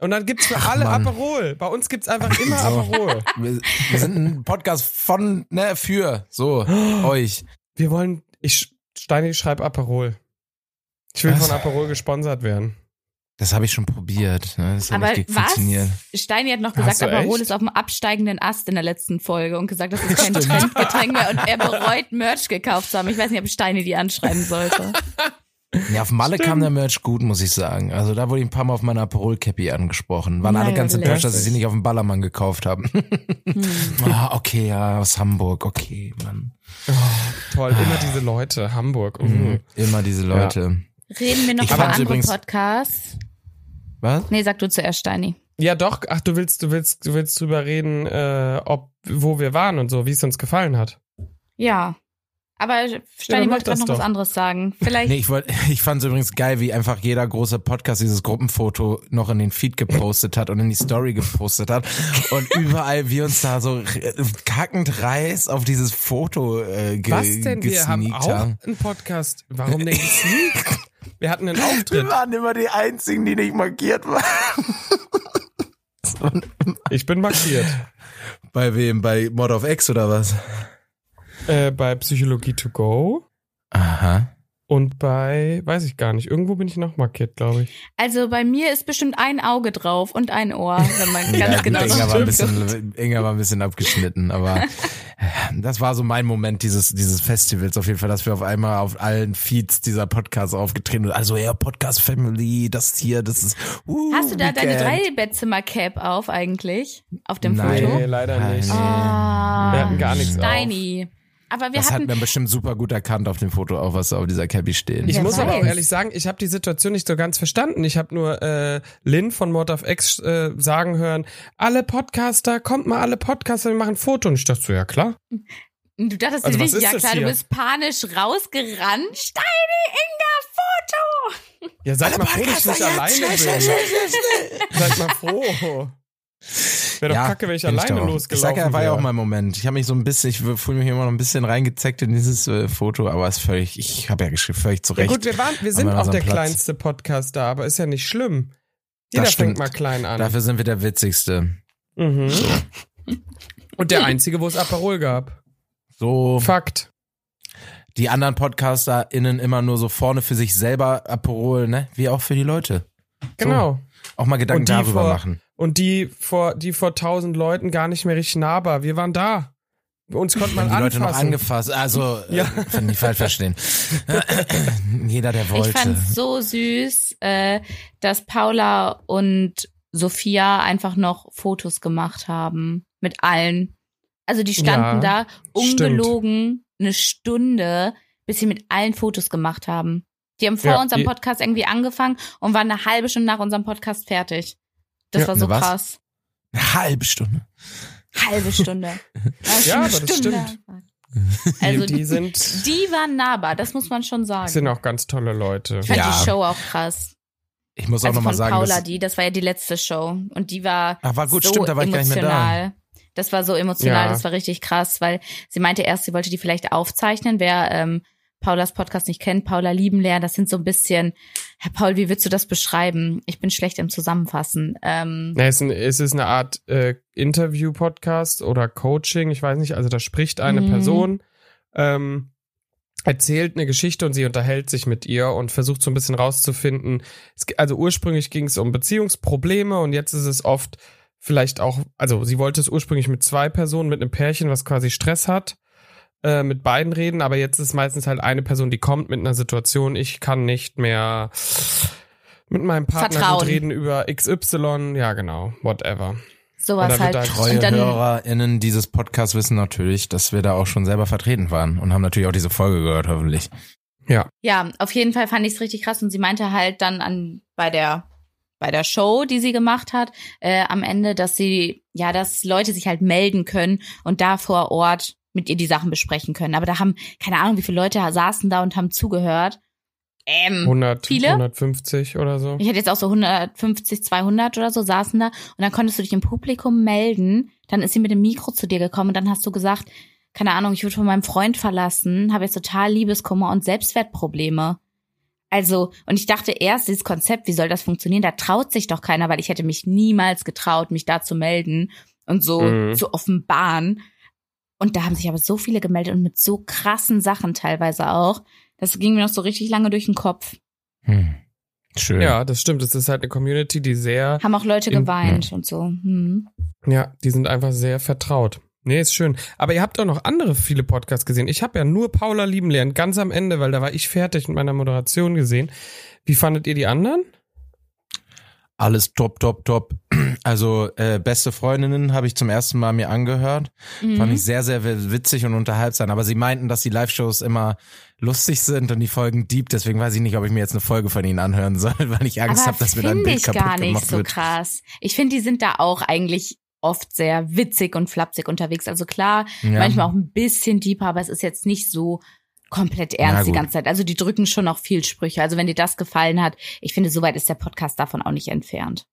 [SPEAKER 2] Und dann gibt's für alle
[SPEAKER 1] Mann.
[SPEAKER 2] Aperol. Bei uns gibt's einfach immer
[SPEAKER 1] So.
[SPEAKER 2] Aperol.
[SPEAKER 1] Wir, wir sind ein Podcast von, ne, für, so, euch.
[SPEAKER 2] Oh, Wir wollen, ich, Steini, schreib Aperol. Ich will
[SPEAKER 1] Was?
[SPEAKER 2] von Aperol gesponsert werden.
[SPEAKER 1] Das habe ich schon probiert. Ne? Das hat
[SPEAKER 3] Aber
[SPEAKER 1] nicht
[SPEAKER 3] was?
[SPEAKER 1] funktioniert.
[SPEAKER 3] Steini hat noch
[SPEAKER 2] Hast
[SPEAKER 3] gesagt,
[SPEAKER 2] du
[SPEAKER 3] Aperol
[SPEAKER 2] echt?
[SPEAKER 3] ist auf dem absteigenden Ast in der letzten Folge und gesagt, das ist kein
[SPEAKER 1] Stimmt.
[SPEAKER 3] Trendgetränk mehr und er bereut, Merch gekauft zu haben. Ich weiß nicht, ob Steini die anschreiben sollte.
[SPEAKER 1] Ja, auf Malle kam der Merch gut, muss ich sagen. Also da wurde ich ein paar Mal auf meiner Aperol-Cappy angesprochen. Waren alle
[SPEAKER 3] Na,
[SPEAKER 1] ganz
[SPEAKER 3] ja,
[SPEAKER 1] enttäuscht, dass ich sie
[SPEAKER 2] lässig.
[SPEAKER 1] nicht auf dem Ballermann gekauft haben.
[SPEAKER 3] Hm.
[SPEAKER 1] Ah, okay, ja, aus Hamburg. Okay, Mann.
[SPEAKER 2] Toll, immer diese Leute. Hamburg. Mhm.
[SPEAKER 1] Ah. Mhm. Immer diese Leute.
[SPEAKER 3] Reden wir noch
[SPEAKER 1] Ich
[SPEAKER 3] über
[SPEAKER 1] fand's
[SPEAKER 3] andere
[SPEAKER 1] übrigens-
[SPEAKER 3] Podcasts?
[SPEAKER 1] Was?
[SPEAKER 3] Nee, sag du zuerst, Steini.
[SPEAKER 2] Ja, doch. Ach, du willst, du willst, du willst drüber reden, äh, ob, wo wir waren und so, wie es uns gefallen hat.
[SPEAKER 3] Ja. Aber Steini
[SPEAKER 2] mach
[SPEAKER 3] wollte gerade
[SPEAKER 2] das
[SPEAKER 3] noch was
[SPEAKER 2] doch.
[SPEAKER 3] anderes sagen. Vielleicht.
[SPEAKER 1] Nee, ich, wollt- ich fand es übrigens geil, wie einfach jeder große Podcast dieses Gruppenfoto noch in den Feed gepostet hat und in die Story gepostet hat. Und überall wir uns da so r- kackend reiß auf dieses Foto äh, ge
[SPEAKER 2] Was denn? Wir haben
[SPEAKER 1] gesneakt
[SPEAKER 2] auch einen Podcast. Warum denn gesneakt? Wir hatten einen Auftritt.
[SPEAKER 1] waren immer die einzigen, die nicht markiert waren.
[SPEAKER 2] Ich bin markiert.
[SPEAKER 1] Bei wem? Bei Mod of X oder was?
[SPEAKER 2] Äh, bei Psychologie to go
[SPEAKER 1] Aha.
[SPEAKER 2] und bei, weiß ich gar nicht, irgendwo bin ich noch markiert, glaube ich.
[SPEAKER 3] Also bei mir ist bestimmt ein Auge drauf und ein Ohr, wenn man ganz
[SPEAKER 1] ja,
[SPEAKER 3] genau
[SPEAKER 1] gut, Inga, war ein
[SPEAKER 3] drauf
[SPEAKER 1] bisschen, Inga war ein bisschen abgeschnitten, aber äh, das war so mein Moment dieses, dieses Festivals auf jeden Fall, dass wir auf einmal auf allen Feeds dieser Podcasts aufgetreten sind. Also ja, Podcast Family, das hier, das ist. Uh,
[SPEAKER 3] Hast du da deine
[SPEAKER 1] Weekend.
[SPEAKER 3] Dreibettzimmer-Cap auf eigentlich? Auf dem
[SPEAKER 1] Nein.
[SPEAKER 3] Foto?
[SPEAKER 2] Nee, leider
[SPEAKER 1] Nein.
[SPEAKER 2] nicht.
[SPEAKER 3] Ah,
[SPEAKER 2] Wir hatten gar nichts auf.
[SPEAKER 3] Steini. Aber wir
[SPEAKER 1] Das hat
[SPEAKER 3] hatten,
[SPEAKER 1] man bestimmt super gut erkannt auf dem Foto, auch was da auf dieser Cabbie steht.
[SPEAKER 2] Ich
[SPEAKER 3] Wer
[SPEAKER 2] muss aber auch
[SPEAKER 3] weiß.
[SPEAKER 2] ehrlich sagen, ich habe die Situation nicht so ganz verstanden. Ich habe nur äh, Lynn von Mord of X äh, sagen hören, alle Podcaster, kommt mal alle Podcaster, wir machen ein Foto. Und ich dachte so, ja klar.
[SPEAKER 3] du dachtest
[SPEAKER 2] Also
[SPEAKER 3] dir
[SPEAKER 2] was
[SPEAKER 3] nicht,
[SPEAKER 2] ist
[SPEAKER 3] ja
[SPEAKER 2] das
[SPEAKER 3] klar, du
[SPEAKER 2] hier?
[SPEAKER 3] bist panisch rausgerannt. Steini, Inga, Foto!
[SPEAKER 2] Ja, seid mal froh, dass ich nicht alleine bin. Seid mal froh. Wäre doch kacke, wenn ich
[SPEAKER 1] bin
[SPEAKER 2] alleine
[SPEAKER 1] doch auch. Ich
[SPEAKER 2] losgelaufen
[SPEAKER 1] sag ja, war ja
[SPEAKER 2] wäre.
[SPEAKER 1] auch mein Moment. Ich habe mich so ein bisschen, ich fühle mich immer noch ein bisschen reingezeckt in dieses äh, Foto, aber es völlig, ich habe ja geschrieben, völlig
[SPEAKER 2] Ja
[SPEAKER 1] zurecht.
[SPEAKER 2] gut, wir, waren, wir sind
[SPEAKER 1] Haben wir
[SPEAKER 2] auch der
[SPEAKER 1] unseren Platz.
[SPEAKER 2] kleinste Podcast da, aber ist ja nicht schlimm. Jeder
[SPEAKER 1] Das
[SPEAKER 2] fängt
[SPEAKER 1] stimmt.
[SPEAKER 2] mal klein an.
[SPEAKER 1] Dafür sind wir der Witzigste.
[SPEAKER 2] Mhm. Und der einzige, wo es Aperol gab.
[SPEAKER 1] So
[SPEAKER 2] Fakt.
[SPEAKER 1] die anderen PodcasterInnen immer nur so vorne für sich selber Aperol, ne? Wie auch für die Leute.
[SPEAKER 2] Genau.
[SPEAKER 1] Auch mal Gedanken
[SPEAKER 2] Und die
[SPEAKER 1] darüber
[SPEAKER 2] vor-
[SPEAKER 1] machen.
[SPEAKER 2] Und die vor, die vor tausend Leuten gar nicht mehr richtig nahbar. Wir waren da. Uns konnte man
[SPEAKER 1] Haben die
[SPEAKER 2] anfassen.
[SPEAKER 1] Leute noch angefasst. Also,
[SPEAKER 2] Ja.
[SPEAKER 1] ja. äh, nicht falsch verstehen. Jeder, der
[SPEAKER 3] Ich
[SPEAKER 1] wollte.
[SPEAKER 3] fand's so süß, äh, dass Paula und Sophia einfach noch Fotos gemacht haben mit allen. Also die standen
[SPEAKER 2] Ja,
[SPEAKER 3] da ungelogen eine Stunde, bis sie mit allen Fotos gemacht haben. Die haben vor
[SPEAKER 2] Ja,
[SPEAKER 3] unserem
[SPEAKER 2] die-
[SPEAKER 3] Podcast irgendwie angefangen und waren eine halbe Stunde nach unserem Podcast fertig. Das
[SPEAKER 2] Ja,
[SPEAKER 3] war so
[SPEAKER 1] ne, was?
[SPEAKER 3] krass.
[SPEAKER 1] Eine halbe Stunde.
[SPEAKER 3] Halbe Stunde.
[SPEAKER 2] Ja, aber das
[SPEAKER 3] stimmt. Also
[SPEAKER 2] die, die sind,
[SPEAKER 3] die waren nahbar, das muss man schon sagen.
[SPEAKER 2] sind auch ganz tolle Leute.
[SPEAKER 3] ich fand
[SPEAKER 1] Ja.
[SPEAKER 3] die Show auch krass.
[SPEAKER 1] Ich muss auch
[SPEAKER 3] also
[SPEAKER 1] nochmal
[SPEAKER 3] von
[SPEAKER 1] sagen,
[SPEAKER 3] Paula,
[SPEAKER 1] dass,
[SPEAKER 3] die, das war ja die letzte Show. Und die war
[SPEAKER 1] Ach, war gut,
[SPEAKER 3] so
[SPEAKER 1] stimmt, da war ich gar
[SPEAKER 3] emotional.
[SPEAKER 1] nicht mehr da.
[SPEAKER 3] Das war so emotional,
[SPEAKER 2] Ja.
[SPEAKER 3] das war richtig krass, weil sie meinte erst, sie wollte die vielleicht aufzeichnen. Wer ähm, Paulas Podcast nicht kennt, Paula lieben lernen, das sind so ein bisschen, Herr Paul, wie würdest du das beschreiben? Ich bin schlecht im Zusammenfassen. Ähm,
[SPEAKER 2] Na, es, ist ein, es ist eine Art äh, Interview-Podcast oder Coaching, ich weiß nicht. Also da spricht eine
[SPEAKER 3] Mhm.
[SPEAKER 2] Person, ähm, erzählt eine Geschichte und sie unterhält sich mit ihr und versucht so ein bisschen rauszufinden. Es, g- also ursprünglich ging es um Beziehungsprobleme und jetzt ist es oft vielleicht auch, also sie wollte es ursprünglich mit zwei Personen, mit einem Pärchen, was quasi Stress hat, äh, mit beiden reden, aber jetzt ist meistens halt eine Person, die kommt mit einer Situation, ich kann nicht mehr mit meinem Partner gut
[SPEAKER 3] Vertrauen.
[SPEAKER 2] reden über XY, ja genau, whatever.
[SPEAKER 3] sowas
[SPEAKER 2] Oder mit
[SPEAKER 3] halt.
[SPEAKER 2] deinem-
[SPEAKER 1] Treue
[SPEAKER 3] Und dann,
[SPEAKER 1] HörerInnen dieses Podcasts wissen natürlich, dass wir da auch schon selber vertreten waren und haben natürlich auch diese Folge gehört, hoffentlich.
[SPEAKER 3] ja, auf jeden Fall fand ich es richtig krass und sie meinte halt dann an bei der bei der Show, die sie gemacht hat, äh, am Ende, dass sie ja, dass Leute sich halt melden können und da vor Ort mit ihr die Sachen besprechen können. Aber da haben keine Ahnung, wie viele Leute saßen da und haben zugehört. Ähm,
[SPEAKER 2] 100,
[SPEAKER 3] Viele?
[SPEAKER 2] 150 oder so.
[SPEAKER 3] ich hätte jetzt auch so 150, 200 oder so saßen da und dann konntest du dich im Publikum melden. Dann ist sie mit dem Mikro zu dir gekommen und dann hast du gesagt, keine Ahnung, ich wurde von meinem Freund verlassen, habe jetzt total Liebeskummer und Selbstwertprobleme. Also, und ich dachte erst, dieses Konzept, wie soll das funktionieren? Da traut sich doch keiner, weil ich hätte mich niemals getraut, mich da zu melden und so
[SPEAKER 2] Mhm.
[SPEAKER 3] zu offenbaren. Und da haben sich aber so viele gemeldet und mit so krassen Sachen teilweise auch. Das ging mir noch so richtig lange durch den Kopf.
[SPEAKER 1] Hm. Schön.
[SPEAKER 2] Ja, das stimmt. Es ist halt eine Community, die sehr,
[SPEAKER 3] Haben auch Leute
[SPEAKER 2] Im-
[SPEAKER 3] geweint und so. Hm.
[SPEAKER 2] ja, die sind einfach sehr vertraut. Nee, ist schön. Aber ihr habt auch noch andere viele Podcasts gesehen. Ich habe ja nur Paula lieben lernen, ganz am Ende, weil da war ich fertig mit meiner Moderation gesehen. Wie fandet ihr die anderen?
[SPEAKER 1] Alles top, top, top. Also äh, beste Freundinnen habe ich zum ersten Mal mir angehört.
[SPEAKER 3] Mhm.
[SPEAKER 1] Fand ich sehr, sehr witzig und unterhaltsam. Aber sie meinten, dass die Live-Shows immer lustig sind und die Folgen deep. Deswegen weiß ich nicht, ob ich mir jetzt eine Folge von ihnen anhören soll, weil ich Angst habe, dass mir dann ein
[SPEAKER 3] finde
[SPEAKER 1] Bild
[SPEAKER 3] ich
[SPEAKER 1] kaputt
[SPEAKER 3] gar nicht
[SPEAKER 1] gemacht
[SPEAKER 3] so
[SPEAKER 1] wird.
[SPEAKER 3] krass. Ich finde, die sind da auch eigentlich oft sehr witzig und flapsig unterwegs. Also klar,
[SPEAKER 1] Ja.
[SPEAKER 3] manchmal auch ein bisschen deeper, aber es ist jetzt nicht so komplett
[SPEAKER 1] Na
[SPEAKER 3] ernst die
[SPEAKER 1] gut.
[SPEAKER 3] ganze Zeit. Also die drücken schon auch viel Sprüche. Also wenn dir das gefallen hat, ich finde, soweit ist der Podcast davon auch nicht entfernt.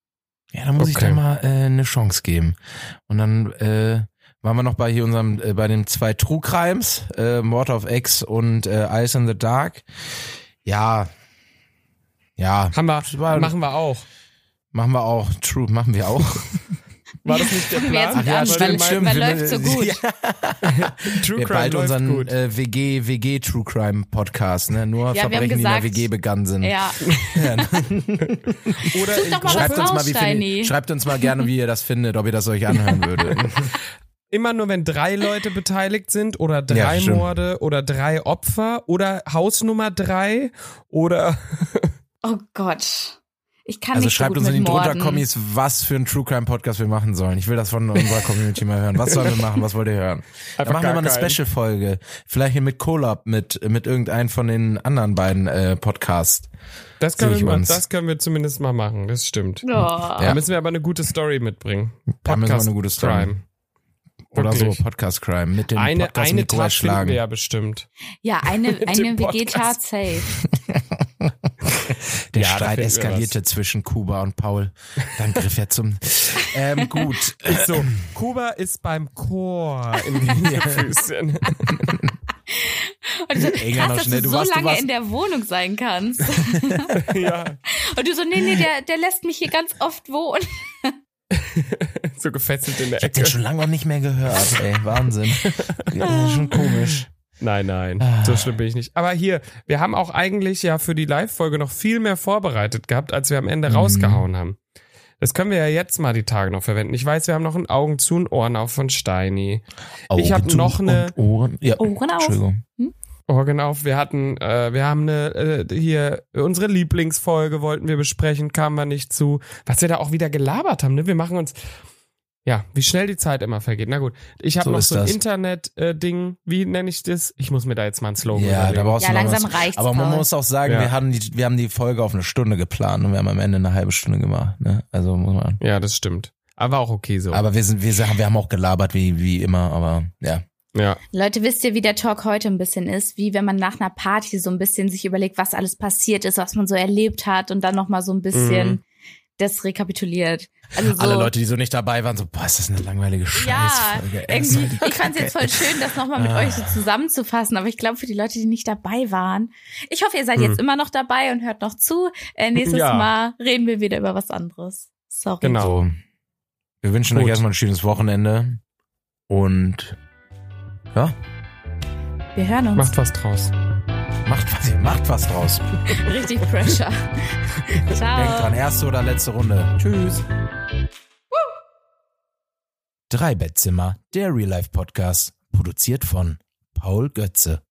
[SPEAKER 1] Ja, dann muss ich
[SPEAKER 2] Okay.
[SPEAKER 1] da mal äh, eine Chance geben. Und dann äh, waren wir noch bei hier unserem, äh, bei den zwei True Crimes, äh, Mord of X und äh, Eyes in the Dark. Ja. Ja,
[SPEAKER 2] Haben wir,
[SPEAKER 1] war-
[SPEAKER 2] machen wir auch.
[SPEAKER 1] machen wir auch. True, machen wir auch.
[SPEAKER 2] War das nicht der
[SPEAKER 3] Fangen wir
[SPEAKER 2] Plan?
[SPEAKER 3] jetzt mit an,
[SPEAKER 2] soll
[SPEAKER 3] weil-
[SPEAKER 2] denn mein-
[SPEAKER 3] stimmt. weil läuft so gut.
[SPEAKER 1] Ja,
[SPEAKER 2] True
[SPEAKER 1] wir
[SPEAKER 2] Crime
[SPEAKER 1] bald
[SPEAKER 2] läuft
[SPEAKER 1] unseren
[SPEAKER 2] gut.
[SPEAKER 1] äh, WG, WG True Crime Podcast, ne? Nur
[SPEAKER 3] wir haben
[SPEAKER 1] Verbrechen, die in der
[SPEAKER 3] gesagt-
[SPEAKER 1] WG begangen sind.
[SPEAKER 3] Ja,
[SPEAKER 2] Oder
[SPEAKER 3] such
[SPEAKER 2] in
[SPEAKER 3] doch mal
[SPEAKER 2] Gruppen.
[SPEAKER 1] Schreibt uns,
[SPEAKER 3] was
[SPEAKER 1] mal,
[SPEAKER 3] raus,
[SPEAKER 1] wie viel,
[SPEAKER 3] Steini.
[SPEAKER 1] schreibt uns mal gerne, wie ihr das findet, ob ihr das euch anhören würdet.
[SPEAKER 2] immer nur, wenn drei Leute beteiligt sind oder drei
[SPEAKER 1] Ja, stimmt.
[SPEAKER 2] Morde oder drei Opfer oder Hausnummer drei oder
[SPEAKER 3] oh Gott. Ich kann
[SPEAKER 1] Also
[SPEAKER 3] nicht so
[SPEAKER 1] schreibt
[SPEAKER 3] gut
[SPEAKER 1] uns in
[SPEAKER 3] mit
[SPEAKER 1] die
[SPEAKER 3] Morden.
[SPEAKER 1] Drunterkommis, was für einen True Crime Podcast wir machen sollen. Ich will das von unserer Community mal hören. Was sollen wir machen? Was wollt ihr hören? Dann
[SPEAKER 2] Einfach
[SPEAKER 1] machen wir
[SPEAKER 2] gar
[SPEAKER 1] mal eine
[SPEAKER 2] keinen.
[SPEAKER 1] Special-Folge. Vielleicht hier mit Collab, mit, mit irgendeinem von den anderen beiden äh, Podcasts.
[SPEAKER 2] das können,
[SPEAKER 1] Sehe ich
[SPEAKER 2] wir, mal-
[SPEAKER 1] uns.
[SPEAKER 2] das können wir zumindest mal machen, das stimmt.
[SPEAKER 3] Oh. Ja.
[SPEAKER 2] Da müssen wir aber eine gute Story mitbringen.
[SPEAKER 1] Da müssen wir eine gute Story.
[SPEAKER 2] Crime.
[SPEAKER 1] Oder
[SPEAKER 2] Wirklich.
[SPEAKER 1] so Podcast-Crime. Mit dem
[SPEAKER 2] Eine,
[SPEAKER 1] Podcast
[SPEAKER 2] eine
[SPEAKER 1] Mikro
[SPEAKER 2] Tat finden wir
[SPEAKER 1] erschlagen.
[SPEAKER 2] ja bestimmt.
[SPEAKER 3] Ja, eine, eine
[SPEAKER 2] Dem
[SPEAKER 3] WG-Tat
[SPEAKER 2] Podcast.
[SPEAKER 3] safe.
[SPEAKER 1] Der
[SPEAKER 2] Ja, da
[SPEAKER 1] Streit
[SPEAKER 2] finden wir
[SPEAKER 1] eskalierte zwischen Kuba und Paul. Dann griff er zum... Ähm, gut.
[SPEAKER 2] So, Kuba ist beim Chor in Füßen.
[SPEAKER 3] Und so,
[SPEAKER 1] Enger noch
[SPEAKER 3] Also, krass, dass
[SPEAKER 1] schnell.
[SPEAKER 3] du
[SPEAKER 1] Du
[SPEAKER 3] so
[SPEAKER 1] warst- du
[SPEAKER 3] lange
[SPEAKER 1] warst-
[SPEAKER 3] in der Wohnung sein kannst.
[SPEAKER 2] ja.
[SPEAKER 3] Und du so, nee, nee, der, der lässt mich hier ganz oft wohnen.
[SPEAKER 2] so gefesselt in der
[SPEAKER 1] Ich hab den
[SPEAKER 2] Ecke.
[SPEAKER 1] schon lange noch nicht mehr gehört, ey. Wahnsinn. Das ist schon komisch.
[SPEAKER 2] Nein, nein,
[SPEAKER 1] Ah.
[SPEAKER 2] so schlimm bin ich nicht. Aber hier, wir haben auch eigentlich ja für die Live-Folge noch viel mehr vorbereitet gehabt, als wir am Ende
[SPEAKER 1] Mhm.
[SPEAKER 2] rausgehauen haben. Das können wir ja jetzt mal die Tage noch verwenden. Ich weiß, wir haben noch ein Augen zu und Ohren auf von Steini. Ich hab
[SPEAKER 1] Augen zu
[SPEAKER 2] noch ne-
[SPEAKER 1] und Ohren. Ja,
[SPEAKER 3] Ohren auf.
[SPEAKER 1] Entschuldigung.
[SPEAKER 2] Ohren auf. Oh, Wir hatten, äh, wir haben eine, äh, hier, unsere Lieblingsfolge wollten wir besprechen, kamen wir nicht zu. Was wir da auch wieder gelabert haben, ne? Wir machen uns, ja, wie schnell die Zeit immer vergeht. Na gut, ich habe
[SPEAKER 1] So
[SPEAKER 2] noch
[SPEAKER 1] ist
[SPEAKER 2] so ein
[SPEAKER 1] das.
[SPEAKER 2] Internet-Ding, wie nenne ich das? Ich muss mir da jetzt mal ein Slogan
[SPEAKER 1] Ja, da
[SPEAKER 2] überlegen.
[SPEAKER 1] brauchst du
[SPEAKER 3] Ja,
[SPEAKER 1] noch
[SPEAKER 3] langsam
[SPEAKER 1] was.
[SPEAKER 3] reicht's,
[SPEAKER 1] Aber man
[SPEAKER 3] Paul.
[SPEAKER 1] muss auch sagen,
[SPEAKER 2] Ja.
[SPEAKER 1] wir, haben die, wir haben die Folge auf eine Stunde geplant und wir haben am Ende eine halbe Stunde gemacht. Ne? Also muss man.
[SPEAKER 2] Ja, das stimmt. Aber auch okay so.
[SPEAKER 1] Aber wir sind, wir, sagen- wir haben auch gelabert wie, wie immer, aber ja.
[SPEAKER 2] ja.
[SPEAKER 3] Leute, wisst ihr, wie der Talk heute ein bisschen ist? Wie wenn man nach einer Party so ein bisschen sich überlegt, was alles passiert ist, was man so erlebt hat und dann nochmal so ein bisschen
[SPEAKER 2] Mhm.
[SPEAKER 3] das rekapituliert. Also so,
[SPEAKER 1] Alle Leute, die so nicht dabei waren, so, boah, ist das eine langweilige
[SPEAKER 3] ja,
[SPEAKER 1] Scheißfolge. ey, was soll
[SPEAKER 3] irgendwie,
[SPEAKER 1] die
[SPEAKER 3] ich fand es jetzt voll schön, das nochmal mit euch so zusammenzufassen, aber ich glaube, für die Leute, die nicht dabei waren, ich hoffe, ihr seid
[SPEAKER 2] Mhm.
[SPEAKER 3] jetzt immer noch dabei und hört noch zu. Äh, nächstes
[SPEAKER 2] Ja.
[SPEAKER 3] Mal reden wir wieder über was anderes. Sorry.
[SPEAKER 2] Genau.
[SPEAKER 1] So. Wir wünschen euch
[SPEAKER 2] Gut.
[SPEAKER 1] erstmal ein schönes Wochenende und ja,
[SPEAKER 3] Wir hören uns.
[SPEAKER 2] Macht was draus.
[SPEAKER 1] macht was, ihr macht was draus.
[SPEAKER 3] Richtig Pressure. Ciao.
[SPEAKER 1] Denkt dran, erste oder letzte Runde. Tschüss. Drei Bettzimmer, der Real Life Podcast, produziert von Paul Götze.